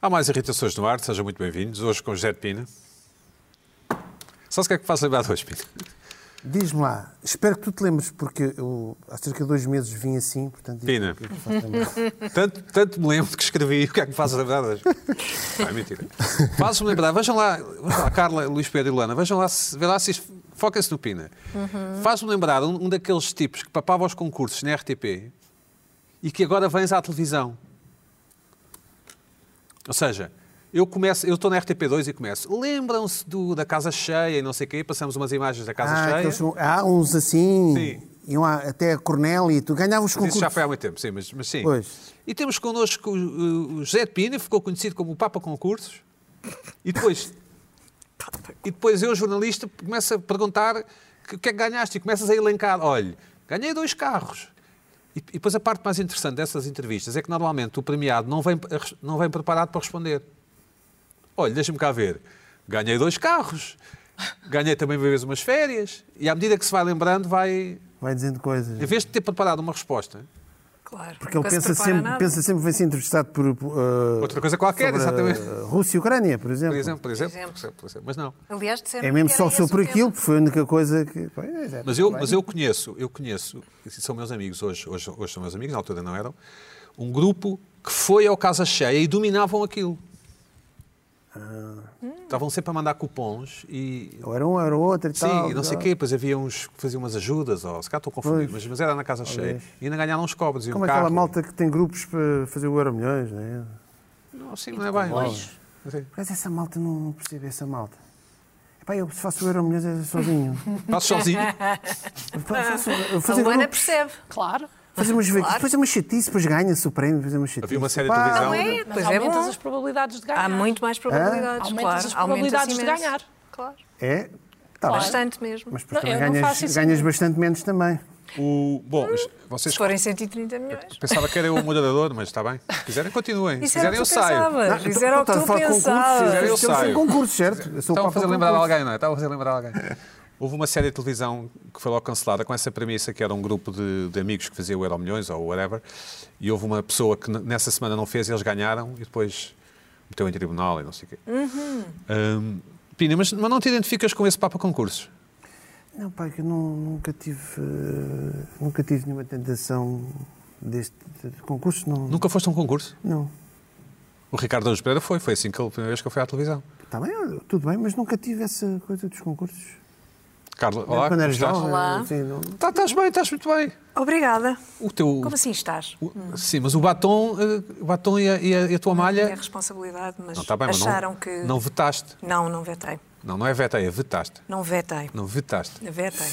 Há mais irritações no ar, sejam muito bem-vindos. Hoje com José de Pina. Só se quer que me faz lembrar de hoje, Pina. Diz-me lá, espero que tu te lembres, porque eu há cerca de dois meses vim assim, portanto... Pina. diz-me o que é que faz lembrar. Tanto, tanto me lembro que escrevi, o que é que me faz lembrar de hoje? Ah, é mentira. Faz-me lembrar, vejam lá, vejam lá, Carla, Luís Pedro e Luana, vejam lá, se- vê lá se isto- foca-se no Pina. Faz-me lembrar um, um daqueles tipos que papava os concursos na RTP e que agora vens à televisão. Ou seja, eu começo, eu estou na RTP2 e começo. Lembram-se do- da casa cheia e não sei o quê, passamos umas imagens da casa Ah, cheia. aqueles- há uns assim, Sim. iam há- até a Cornélia, e tu ganhavas os Mas Isso concursos. já foi há muito tempo, sim, mas, mas sim. Pois. E temos connosco o, o José de Pina, ficou conhecido como o Papa Concursos, e depois, e depois eu, jornalista, começo a perguntar que- o que é que ganhaste, e começas a elencar, olha, ganhei dois carros. E, e depois a parte mais interessante dessas entrevistas é que normalmente o premiado não vem, a res- não vem preparado para responder. Olha, deixa-me cá ver, ganhei dois carros, ganhei também uma vez umas férias, e à medida que se vai lembrando, vai, Vai dizendo coisas. em vez de ter preparado uma resposta, Claro. Porque ele nunca se pensa prepara sempre, nada. pensa sempre que vai ser entrevistado por... por, eh, Outra coisa qualquer, sobre a exatamente. Rússia e Ucrânia, por exemplo. Por exemplo, por exemplo, exemplo. por exemplo, por exemplo. Mas não. Aliás, disseram É mesmo que era só esse o sobre tema. aquilo, porque foi a única coisa que... Pois, é, Mas eu, mas eu conheço, eu conheço, e são meus amigos hoje, hoje, hoje são meus amigos, na altura não eram, um grupo que foi ao Casa Cheia e dominavam aquilo. Ah. Estavam sempre a mandar cupons e. Ou era um, era outro e Sim, tal. e não sei o tal. quê, depois havia uns que faziam umas ajudas, ou se cá estou confundido, mas, mas era na Casa Cheia. E ainda ganharam uns cobres e um Como aquela carro. malta que tem grupos para fazer o Euro Milhões, não é? Não, sim, não é bem. comboios. mas- é, Sim. Mas essa malta não não percebe essa malta. Epá, eu se faço o Euro Milhões é sozinho. Passo sozinho. Eu faço- eu A fazer Luana grupos, percebe. Claro. fazer umas Claro. claro. depois é uma chatice, depois ganha-se o prémio, depois é uma chatice. Havia uma série de Epá, televisão. Não é? Mas Pois é aumentas bom. as probabilidades de ganhar. Há muito mais probabilidades, Aumentas claro. as probabilidades Aumentas de imenso. ganhar. Claro. É? Tá bem. Bastante mesmo. Mas depois Não, eu também não faço ganhas, isso ganhas em- bastante menos também. O, bom, mas vocês. Se forem 130 milhões. Pensava que era eu o moderador, mas está bem. Se quiserem, continuem. Se Isso era o quiserem, que eu tu saio. pensavas. Isso era o que estás tu a falar de concursos, pensavas. Eu Estamos sem saio. concursos, é um certo? Eu sou o Estava a Papa fazer do lembrar concurso. alguém, não é? Estava a fazer lembrar alguém. Houve uma série de televisão que foi logo cancelada com essa premissa que era um grupo de, de amigos que fazia o Euro Milhões ou whatever, e houve uma pessoa que n- nessa semana não fez e eles ganharam e depois meteu em tribunal e não sei o quê. Uhum. Hum, Pina, mas, mas não te identificas com esse Papa Concursos? Não, pai, que eu não- nunca tive, eh, nunca tive nenhuma tentação deste de concurso, não. Nunca foste a um concurso? Não. O Ricardo Aros Pereira foi, foi assim que ele- a primeira vez que ele foi à televisão. Está Tá bem, olha, tudo bem, mas nunca tive essa coisa dos concursos. Carla, olá, Quando como era estás? jovem, Olá. assim, não- Tá- Estás bem, estás muito bem. Obrigada. O teu... Como assim estás? o- sim, mas o batom, eh, o batom e, a, e a- e a tua É a malha... responsabilidade, mas Não, está bem, mas acharam não, que. não votaste. Não, não vetei. Não, não é vetei, é vetaste. Não vetei. Não vetaste. Vetei.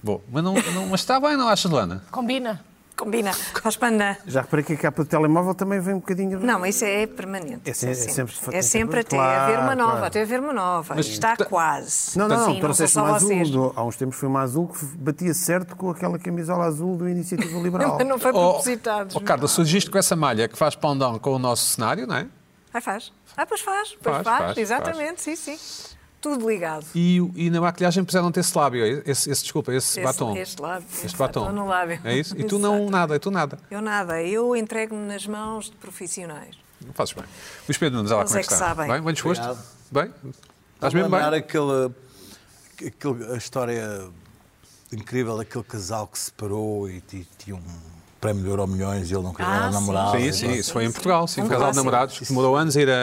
Bom, mas, não, não- mas está bem, não achas, Lana? Combina. Combina. Faz panda. Já reparei que a capa do telemóvel também vem um bocadinho. Não, isso é permanente. É sempre- é sempre- É sempre até Claro, haver uma nova, claro. até haver uma nova. Mas Está tá- quase. Não, não, não, Sim, são trouxeste só uma azul. vocês. um do- há uns tempos foi uma azul que batia certo com aquela camisola azul do Iniciativa Liberal. Não, não foi propositado. Oh, oh, Carla, surgiste com essa malha que faz pandão com o nosso cenário, não é? Ah, faz. Ah, pois faz. Pois Faz, faz. faz, Exatamente, sim, sim. Tudo ligado. E, o- e na maquilhagem puseram-te esse lábio, esse, esse, desculpa, esse, Esse- batom. Este lábio. Este batom. no lábio. É isso? E tu não Exato. nada, e tu nada. Eu nada. Eu entrego-me nas mãos de profissionais. Não fazes bem. Luís Pedro Nunes, olha lá Eles como é é que que está. sabem. Bem, bem disposto? Obrigado. Bem? Estás mesmo lembrar bem? aquela, aquele- a história incrível daquele casal que se separou e ti- tinha um prémio de euro milhões e ele não queria Ah, namorar. sim. namorado. Sim, sim, isso foi em Portugal, sim, Um um casal de clássico. namorados que demorou anos a ir a.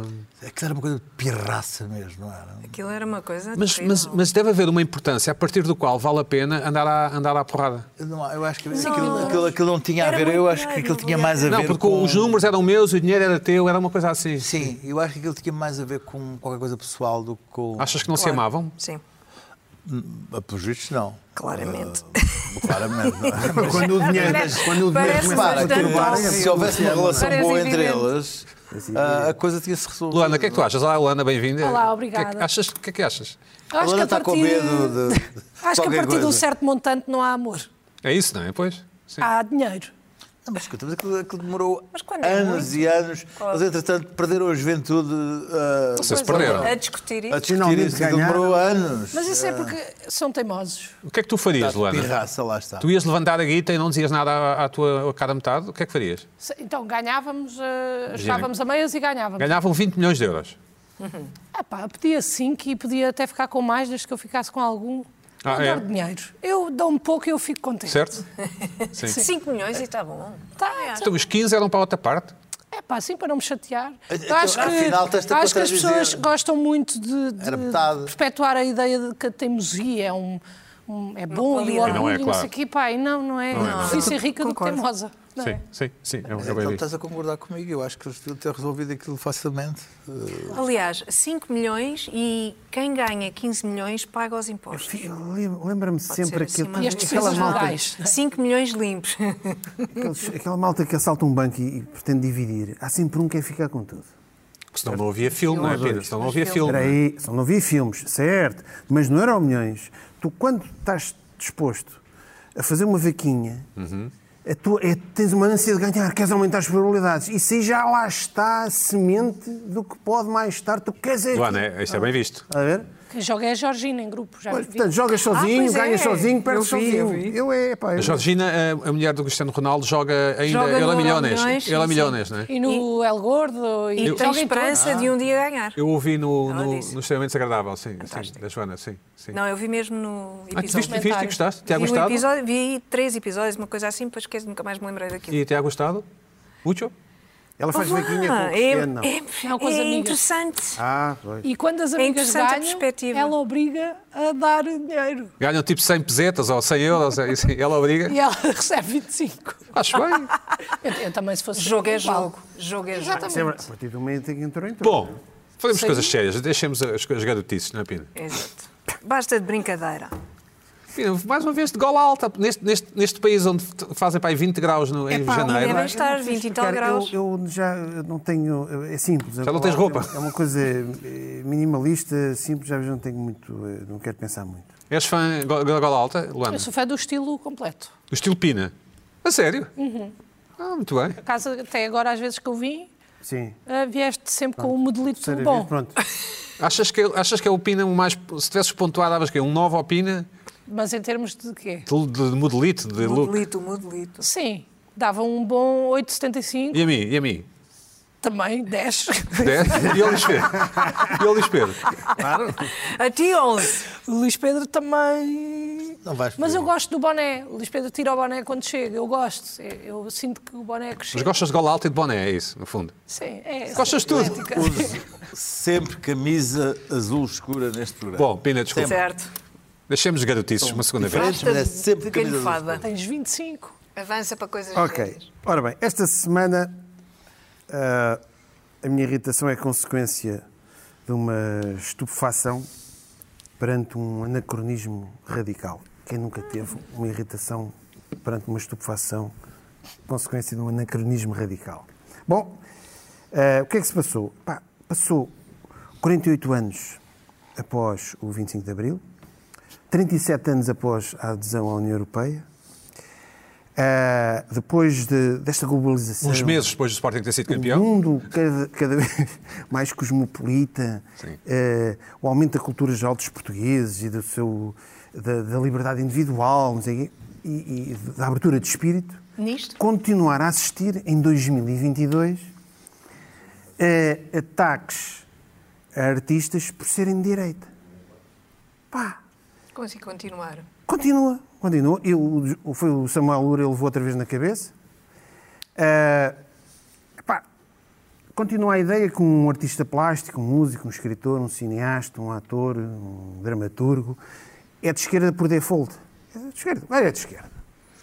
a- Aquilo era uma coisa de pirraça mesmo, não era? Aquilo era uma coisa. Mas, mas, terrível. mas deve haver uma importância a partir do qual vale a pena andar à, andar à porrada. Eu não- eu acho que aquilo, aquilo- aquilo não tinha a Era ver, eu muito acho que dinheiro, aquilo tinha não mais a ver Não, porque com... os números eram meus, o dinheiro era teu, era uma coisa assim. Sim, eu acho que aquilo tinha mais a ver com qualquer coisa pessoal do que com... Achas que não se amavam? Sim, A prejuízos, não. claramente. Ah, claramente, não é? Quando o dinheiro, quando o dinheiro Parece começa a Repara, bastante perturbar, que óbvio. se houvesse uma relação Parece boa entre evidente. eles, ah, a coisa tinha-se resolvido. Luana, o que é que tu achas? Olá, Luana, bem-vinda. Olá, O que é que obrigada. achas? O que é que achas? Eu A acho que Luana a está com partir, medo de. acho que a qualquer partir de um coisa. certo montante não há amor. Ah, É isso, não é? Pois? Sim. Há dinheiro. Não, mas escuta, mas aquilo, aquilo demorou Mas quando é anos muito, e anos. claro. Eles, entretanto, perderam a juventude ah, Vocês Pois é, perderam. A discutir a isso. discutir Finalmente isso. Aquilo ganharam. demorou anos. Mas isso é porque são teimosos. O que é que tu farias, Luana? Pirraça, lá está. Tu ias levantar a guita e não dizias nada à, à tua cara metade? O que é que farias? Se- Então ganhávamos, eh, estávamos a meias e ganhávamos. Ganhavam 20 milhões de euros. Ah pá, eu podia 5 e podia até ficar com mais, desde que eu ficasse com algum. Ah, Eu é? adoro dinheiro. Eu dou um pouco e eu fico contente. Certo? Sim. 5 milhões e está bom. Tá, Então os 15 eram para outra parte. é pá, assim para não me chatear. Eu Então, acho que, afinal, estás-te a acho que as contradizer. pessoas gostam muito de, de Era metade. perpetuar a ideia de que a teimosia é um. um- é bom e o qualidade. E não é, orgulho, e não sei claro. o quê, pá, e não, não é. não é. Prefiro ser rica do que Concordo. teimosa. Não Sim, é? sim, sim. É, um- é bem Então dito. estás a concordar comigo. Eu acho que eles deviam ter resolvido aquilo facilmente. Aliás, 5 milhões e quem ganha 15 milhões paga os impostos. Lem- Lembra-me sempre ser aquilo, assim, E as Mas aquela, despesas malta, legais. 5 milhões limpos. aqueles- aquela malta que assalta um banco e, e pretende dividir. Há sempre um que quer ficar com tudo. Porque Senão não havia filme, não é, Pedro? Senão não havia filme. Espera aí, só não vi filmes, certo? Mas no Euro Milhões, tu quando estás disposto a fazer uma vaquinha, a tua- é- tens uma ânsia de ganhar, queres aumentar as probabilidades. Isso aí já lá está a semente do que pode mais tarde. Tu queres é. Luana, é- isto é bem visto. A ver? Quem joga é a Georgina em grupo, já Olha, vi. portanto, jogas sozinho, pois é. ganhas sozinho, Eu perdes vi, eu sozinho. vi. Eu é, pá. A eu- Georgina, a- a mulher do Cristiano Ronaldo, joga ainda. Joga no ela é Euromilhões, milhões. Ela é sim, milhões, não é? E no El Gordo, e, E tem joga em todos. esperança de um dia ganhar. Eu ouvi no, Ela no, disse. no Extremamente Desagradável, sim, sim, Fantástico. da Joana, sim. sim. Não, eu vi mesmo no Ah, tu episódio. viste, viste e gostaste? Te há vi, um gostado? episódio- vi três episódios, uma coisa assim, depois esqueci, nunca mais me lembrei daquilo. E te há gostado? Muito? Ela faz Olá, vaquinha com o é, Cristiano, não. é, Não, com as é amigas. interessante. Ah, pois. E quando as amigas É interessante a ganham, perspectiva. ela obriga a dar dinheiro. Ganham tipo 100 pesetas ou 100 euros, e assim, ela obriga. E ela recebe 25. Acho bem. Eu, eu também, se fosse. Jogo é igual. jogo. Jogo é jogo. Exatamente. Isso é verdade. A partir do momento em que entrou, entrou. Bom, fazemos coisas sérias, deixemos as, as garotices, não é, Pina? Exato. Basta de brincadeira. Pina, mais uma vez de gola alta, neste, neste, neste país onde t- fazem para aí 20 graus no, em Epá, janeiro. devem eu estar não sei 20 e tal explicar. graus. Eu, eu já não tenho. É simples. Já não tens roupa. É uma coisa eh, minimalista, simples, já não tenho muito. eh, Não quero pensar muito. é- És fã go- da gola alta, Luana? Eu sou fã do estilo completo. Do estilo Pina? A sério? Uhum. Ah, muito bem. Por acaso, até agora, às vezes que eu vim, Sim. ah, vieste sempre com um modelito Terceira bom. vez, pronto. Achas que, achas que é o Pina o mais. Se tivesses pontuado, davas que Um 9 ao Pina? Mas em termos de quê? De, de modelito, de look. Modelito, modelito. Sim, dava um bom 8,75, E a mim? E a mim? também 10. Dez? E ao Luís Pedro? E ao Luís Pedro? A ti 11. o Luís Pedro também. Não vais Mas por eu aí. gosto do boné. O Luís Pedro tira o boné quando chega. Eu gosto. Eu, eu sinto que o boné Mas cresceu. gostas de gola alta e de boné, é isso, no fundo. Sim, é. Gostas de tudo. Estética. Sempre camisa azul escura neste programa. Bom, Pina, desculpa. Certo. Deixemos os garotices uma segunda vez. Diferentes, mas é Basta sempre de camisa azul. galhofada. Tens 25. Avança para coisas Ok. sérias. Ora bem, esta semana ah, a minha irritação é consequência de uma estupefação perante um anacronismo radical. Quem nunca teve uma irritação perante uma estupefação consequência de um anacronismo radical? Bom, ah, o que é que se passou? Pá, passou 48 anos após o 25 de Abril, 37 anos após a adesão à União Europeia, ah, depois de- desta globalização. Uns meses depois do Sporting ter sido O Uhum. campeão. mundo cada, cada vez mais cosmopolita, eh, o aumento da cultura geral dos portugueses e do seu, da, da liberdade individual não sei, o quê, e, e da abertura de espírito, Nisto? continuar a assistir em 2022 a eh, ataques a artistas por serem de direita. Pá, Como assim continuar? Continua, continua. Eu, o- foi o Samuel Lura, ele levou outra vez na cabeça. Ah, pá, continua a ideia que um artista plástico, um músico, um escritor, um cineasta, um ator, um dramaturgo, é de esquerda por default. É de esquerda, vai, é de esquerda.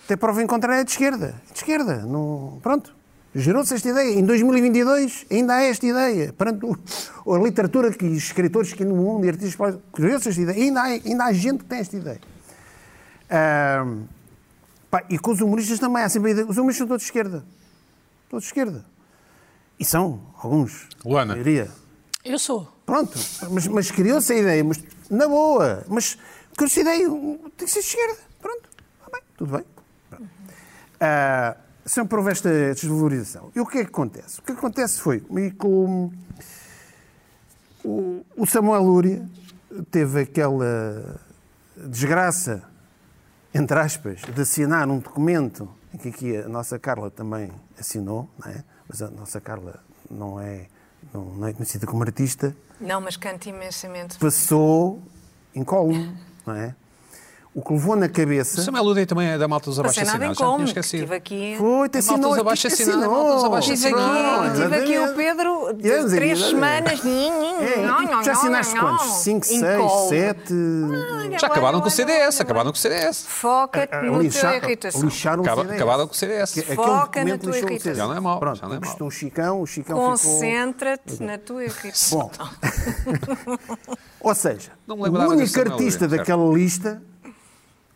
Até prova em contrário, é de esquerda. É de esquerda. Não... Pronto. Gerou-se esta ideia. Em 2022 ainda há esta ideia. Perante o- a literatura que os escritores que no mundo e artistas plásticos, gerou-se esta ideia. Ainda há, ainda há gente que tem esta ideia. Ahm, pá, e com os humoristas também há sempre a ideia. Os humoristas são todos de esquerda. Todos de esquerda. E são, alguns. Luana. A maioria. Eu sou. Pronto. Mas, mas criou-se a ideia. Mas, na boa. Mas criou-se a ideia. Tem que ser de esquerda. Pronto. Está bem. Tudo bem. Pronto. Ah, sempre houve esta desvalorização. E o que é que acontece? O que acontece foi, e com o, o Samuel Lúria teve aquela desgraça, entre aspas, de assinar um documento em que aqui a nossa Carla também assinou, não é? mas a nossa Carla não é, não, não é conhecida como artista, Não, mas canto imensamente. passou incólume, não é? O que levou na cabeça... O Samuel Lúria também é da malta dos Não abaixo sei nada em assinados. Já tinha como. que Estive esquecido. aqui. Foi, tipo, A malta te assinou. dos abaixo te assinados, a malta dos abaixo Tive aqui, assinados. tive aqui o Pedro um, de três semanas. É, já assinaste quantos? 5, 6, 7. Já acabaram com o CDS, acabaram com o CDS. Foca-te É, Ah, no teu irritação. Lixaram Acaba- o CDS. Acabaram com o CDS. Aquele Foca na documento lixou tua um o irritação. CDS. Já não é mau, Pronto, já não é mau. custou o Chicão, o Chicão ficou... Concentra-te na tua irritação. Então, Bom. Ou seja, Não me o lembrava desse único Samuel artista Lúria, certo. daquela lista,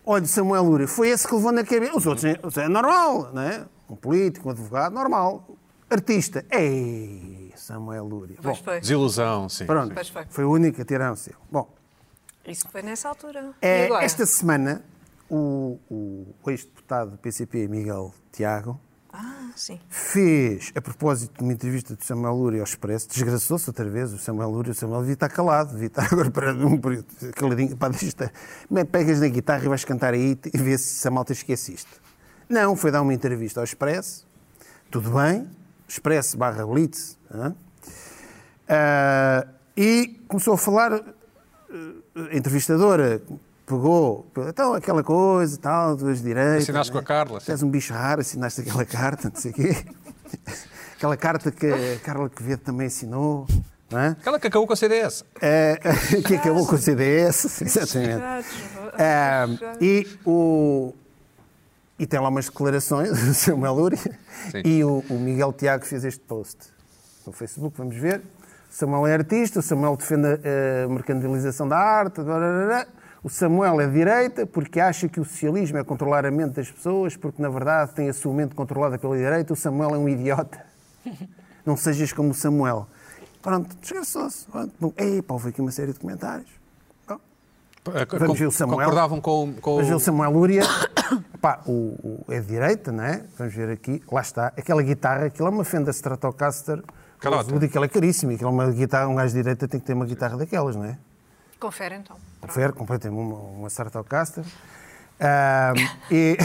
olha, Samuel Lúria, foi esse que levou na cabeça. Os outros, os outros é normal, não é? Um político, um advogado, normal. Artista, ei, Samuel Lúria. Bom, Pois foi. Desilusão, sim. pronto, Pois foi. foi o único a tirar o seu. Bom, Isso foi nessa altura. é, e agora? esta semana, o, o ex-deputado do PCP, Miguel Tiago, Ah, sim. fez, a propósito de uma entrevista do Samuel Lúria ao Expresso, desgraçou-se outra vez o Samuel Lúria, o Samuel devia estar calado, devia estar agora para um período caladinho, pá, deixa estar. Mas pegas na guitarra e vais cantar aí e vê se a malta esqueciste. Não, foi dar uma entrevista ao Expresso, tudo bem, Expresso barra Blitz, hã? Ah, e começou a falar eh, a entrevistadora pegou então, aquela coisa, tal, duas direitas. Assinaste com né? a Carla, Tu És um bicho raro, assinaste aquela carta, não sei o quê. aquela carta que a Carla Quevedo também assinou, não é? Aquela que acabou com o CDS. Eh, que acabou com o CDS, exatamente. Ah, e o. E tem lá umas declarações, o Samuel Lúria, Sim. e o, o Miguel Tiago fez este post no Facebook, vamos ver. O Samuel é artista, o Samuel defende a, a mercantilização da arte, blá, blá, blá, blá. o Samuel é de direita porque acha que o socialismo é controlar a mente das pessoas, porque na verdade tem a sua mente controlada pela direita, o Samuel é um idiota. Não sejas como o Samuel. Pronto, desgraçou-se. Pronto. Bom, Ei, pá, houve aqui uma série de comentários. Bom, Vamos ver o Samuel. Concordavam com, com mas o Samuel Lúria pá, o, o- é de direita, não é? Vamos ver aqui, lá está. Aquela guitarra, aquilo é uma Fender Stratocaster. Calota. Aguda, Aquilo é caríssimo. Aquilo é uma guitarra, um gajo de direita tem que ter uma guitarra daquelas, não é? Confere então. Confere, completamente uma, uma Stratocaster. Ah, e,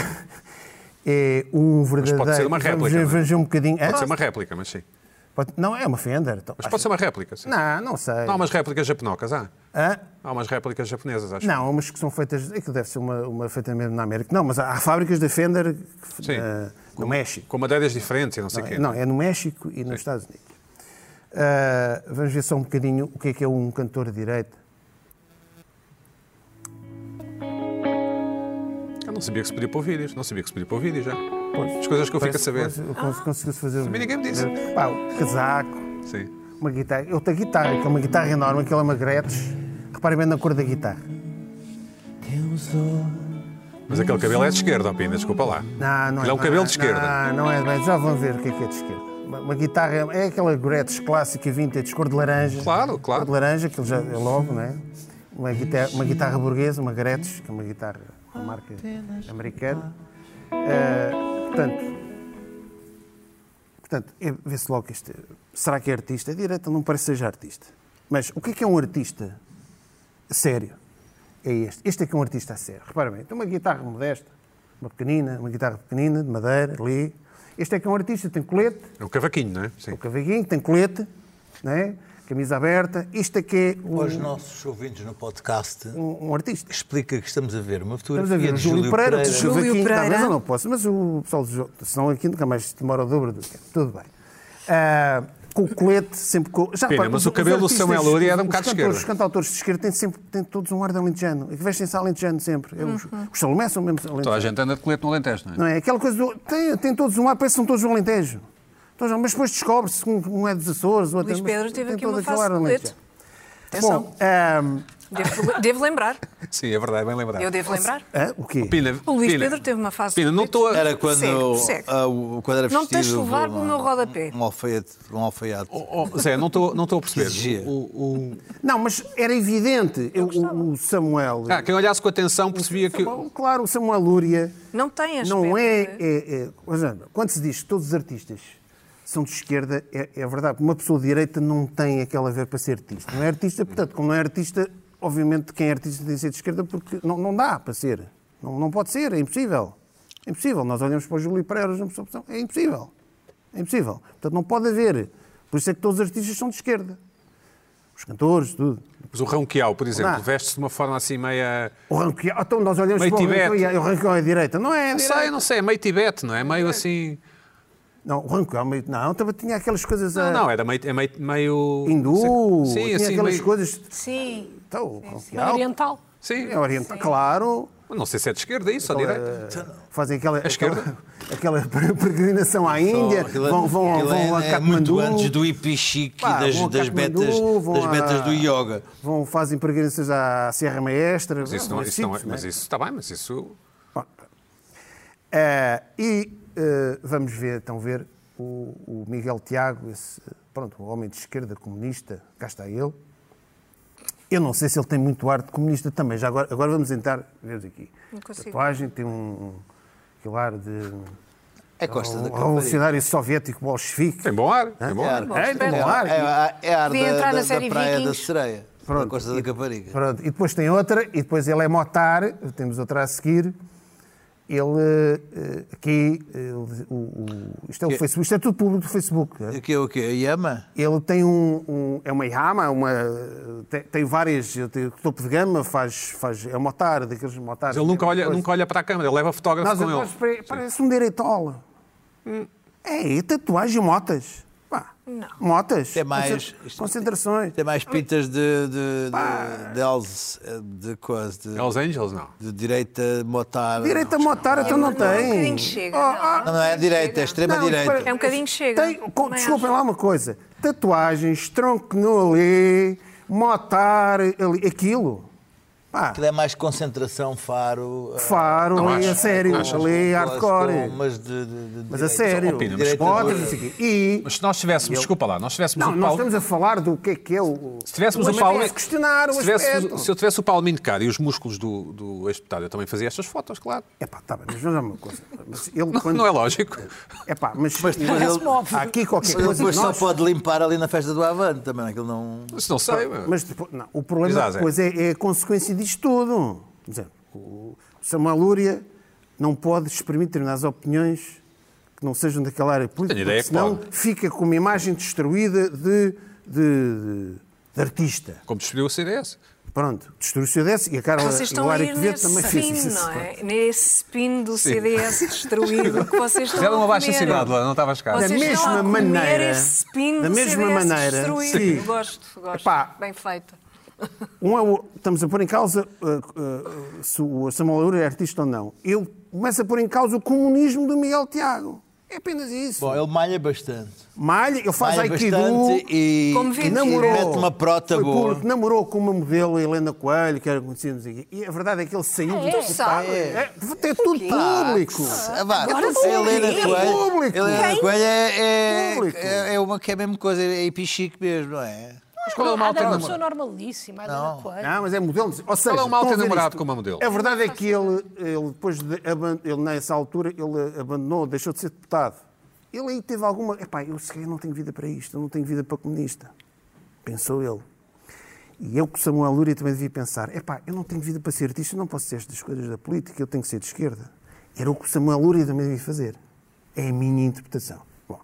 e um verdadeiro. pode ser uma Vamos ver, réplica, é? vamos ver um bocadinho. Pode Hã? ser uma réplica, mas sim. Pode- Não, é uma Fender. então, Mas acho- pode ser uma réplica, sim. Não, não sei. Não há umas réplicas ah. japonocas, há? Hã? Há umas réplicas japonesas, acho. Não, mas que são feitas. Aquilo deve ser uma, uma feita mesmo na América. Não, mas há, há fábricas da Fender que- Sim. na- no México. Com madeiras diferentes e não sei o quê. Não, é no México e nos Estados Unidos. Ah, vamos ver só um bocadinho o que é que é um cantor de direita. Eu não sabia que se podia pôr vídeos. Não sabia que se podia pôr vídeos já. As coisas que eu fico a saber. Conseguiu-se fazer um. Também ninguém me disse. Pá, o casaco, Sim. uma guitarra. Outra guitarra, que é uma guitarra enorme, aquela é uma Gretsch. Reparem bem na cor da guitarra. Mas aquele cabelo é de esquerda, Opina, desculpa lá. Não, Ah, não Ele é um não, cabelo de não, esquerda. Não, não é bem. Já vão ver o que é que é de esquerda. Uma, uma guitarra, é aquela Gretsch clássica vintage, cor de laranja. Claro, claro. Cor de laranja, aquilo já é logo, não é? Uma guitarra, uma guitarra burguesa, uma Gretsch, que é uma guitarra, uma marca americana. Eh, portanto, portanto é- vê-se logo que este. Será que é artista? É direita, não parece que seja artista. Mas o que é que é um artista a sério? É este. Este é que é um artista a sério. Repara bem, tem uma guitarra modesta, uma pequenina, uma guitarra pequenina, de madeira, ali. Este é que é um artista, tem colete, É o cavaquinho, não é? Sim. o cavaquinho, tem colete, né? camisa aberta. Isto é que é um, Aos nossos ouvintes no podcast, um- um artista. explica que estamos a ver uma Estamos a fotografia ver o de Júlio Pereira, com o Júlio cavaquinho. Pereira. Talvez eu não possa, mas o pessoal do Júlio, senão aqui nunca mais demora o dobro do tempo. Tudo bem. Ah, com o colete, sempre com. Já, Pena, repara, mas os- o os cabelo do artistas, Samuel Lúria era um os bocado de cantores- esquerda. Os cantautores de esquerda têm, sempre, têm todos um ar de alentejano. E que vestem-se alentejano sempre. É os, Uhum. os Salomé são mesmo alentejanos. Toda a gente anda de colete no Alentejo, não é? Não é? Aquela coisa do. Tem, tem todos um ar, parece que são todos do Alentejo. Todos, mas depois descobre-se que um um é dos Açores, o outro Luís mas Pedro teve tem aqui todo uma aquele fase ar de colete. alentejano. Bom, ahm, Devo, devo lembrar. Sim, é verdade, bem lembrado. Eu devo lembrar. Hã? ah, o quê? Pina, O Luís Pina, Pedro um teve uma fase de Pina, não estou a... Era É quando, Segue, segue. ah, o- quando era Não te vestido... deixes levar de pelo um- meu rodapé. Um alfaiate. Um alfaiate. Oh, oh, Zé, não estou não estou a Que perceber. O, o- o- Não, mas era evidente. Eu- o, o Samuel. Ah, quem olhasse com atenção percebia que... Bom, Então, claro, o Samuel Lúria Não tem aspecto. não é, de- é- é- por exemplo, Quando se diz que todos os artistas são de esquerda, é, é verdade. Uma pessoa de direita não tem aquela ver para ser artista. Não é artista, portanto, como não é artista, obviamente quem é artista tem de ser de esquerda porque não, não dá para ser. Não, não pode ser, é impossível. É impossível. Nós olhamos para o Júlio Pereira, olhamos para a opção, é impossível. É impossível. Portanto, não pode haver. Por isso é que todos os artistas são de esquerda. Os cantores, tudo. Mas o Ronquial, por exemplo, é Não. veste-se de uma forma assim meia... O ranqueal, então nós olhamos Meio para o Tibete. ranqueal, e o ranqueal é direita. Não é, é Não direita. sei, não sei, é meio Tibete, não é? Meio assim... Não, o Ranco é meio. Não, também tinha aquelas coisas. Não, ah, não, era meio... É meio, meio... Hindu, Sim, tinha assim, aquelas meio- coisas. Sim. um Então, o Ranco Meio oriental. Sim, é oriental, claro. não sei se é de esquerda isso, Então ou de é- direita. Fazem aquela, esquerda? aquela, aquela peregrinação à Índia, Aquilo é- vão, vão, aquilo vão é- a é Katmandu, muito antes do hipichique Pá, e vão das, a das Katmandu, betas, vão das a- betas do yoga. vão, fazem peregrinações à Serra Maestra. Mas isso, vão não, a isso não é, sítios, mas né? isso está bem, mas isso... Ah, e ah, vamos ver, então, ver o, o Miguel Tiago, esse, pronto, o homem de esquerda comunista, cá está ele. Eu não sei se ele tem muito ar de comunista também. Já agora, agora vamos entrar, vemos aqui. Não consigo. Tatuagem, tem um, um aquele ar de um É Costa da Caparica. revolucionário soviético bolchevique. Tem bom ar, tem bom É ar. ar- É, tem um ar. É ar- é ar Devia da, entrar da, na da série praia da Vikings. Sereia. Da Costa da e- Caparica. Pronto, e depois tem outra, e depois ele é motar, temos outra a seguir. Ele, eh, aqui, ele- o, o- isto, é o Facebook, isto é tudo público do Facebook. é? O que é o quê? A Yama? Ele tem um, um- é uma Yamaha, uma, tem, tem várias, tem topo de gama, faz, faz, é um motar, daqueles motares. Mas ele nunca que- olha, nunca olha para a câmara, ele leva fotógrafo Nós, com ele. nós, pare- parece um direitola. É, e tatuagem e motas. Pá, Hum. Não. Motas. É mais- Conce- Concentrações. Tem mais pintas de. de. de. de. alz- de coisa. de- É Los Angeles, não. de direita motar. Direita motar, então não Não, é um tem. bocadinho chega. Oh, não. Não, não é direita, é Não, extrema-direita. espera. É um bocadinho chega. Tem, com- Também desculpem acho. lá uma coisa. Tatuagens, tronco nu ali, motar, ali, aquilo. Pá, Aquilo é mais concentração, faro. eh, faro, Não ali, acho. a sério, Não acho. ali, com- hardcore. com- Mas de. de- de Mas a direita. sério, Opina, mas Direita botas, de- não sei o quê. E, Mas se nós tivéssemos, desculpa lá, nós tivéssemos não, o nós Paulo... estamos a falar do que é que é o... Se tivéssemos o o Paulo... é aspecto, é questionar o se, tivéssemos- aspecto. se eu tivesse o Paulo Mindecar e os músculos do, do ex-deputado, eu também fazia estas fotos, claro. Epá, tá bem, mas vamos a uma coisa. Mas ele Não, quando... não é lógico. Epá, mas... depois ele- Parece-me óbvio. Há aqui qualquer Mas ele coisa... depois que só nós- pode limpar ali na festa do Avante também. Aquilo não. Isso não sei. Mas... Mas depois, não, o problema Exato, é. depois é, é a consequência disto tudo. Quer dizer, o Samuel Lúria não pode exprimir determinadas opiniões que não sejam daquela área política, Tenho ideia porque senão que pode. fica com uma imagem destruída de, de- de- de artista. Como destruiu o CDS. Pronto, destruiu-se o desse e a cara Vocês estão a ir Quevedo é também nesse fez spin, isso. não é? Nesse spin do CDS destruído que vocês estão a Fizeram é uma baixa comer. cidade lá, não estavas cá. Vocês Da estão mesma a comer maneira- esse spin da do mesma CDS maneira- destruído. Sim. Eu Gosto, gosto. Epá. Bem feito. Um é o- estamos a pôr em causa uh, uh, se o Samuel Lúria é artista ou não. Ele começa a pôr em causa o comunismo do Miguel Tiago. É apenas isso. Bom, ele malha bastante. Malha, ele faz Malha Aikidu. bastante e. Como e vê- namorou, Mete uma prota foi boa. público, namorou com uma modelo, a Helena Coelho, que era conhecida, não sei o quê. E a verdade é que ele saiu do sabes? É, é tudo público. Ah, vá, Agora a Helena sim. Coelho, Público. Helena Quem? Coelho é, é, Público. é, é uma que é a mesma coisa, é hipichique mesmo, não é? Mas qual é o Há mal de ter uma pessoa namorado? normalíssima, há de uma coisa. Não, mas é modelo. Ou seja, Qual é o mal estão a ter ver namorado isto? com uma modelo? A verdade é que ele, ele depois, de, aban- ele, nessa altura, ele abandonou, deixou de ser deputado. Ele aí teve alguma... Epá, eu se calhar não tenho vida para isto, eu não tenho vida para comunista. Pensou ele. E eu, que Samuel Lúria, também devia pensar: epá, eu não tenho vida para ser artista, eu não posso ser estas coisas da política, eu tenho que ser de esquerda. Era o que o Samuel Lúria também devia fazer. É a minha interpretação. Bom,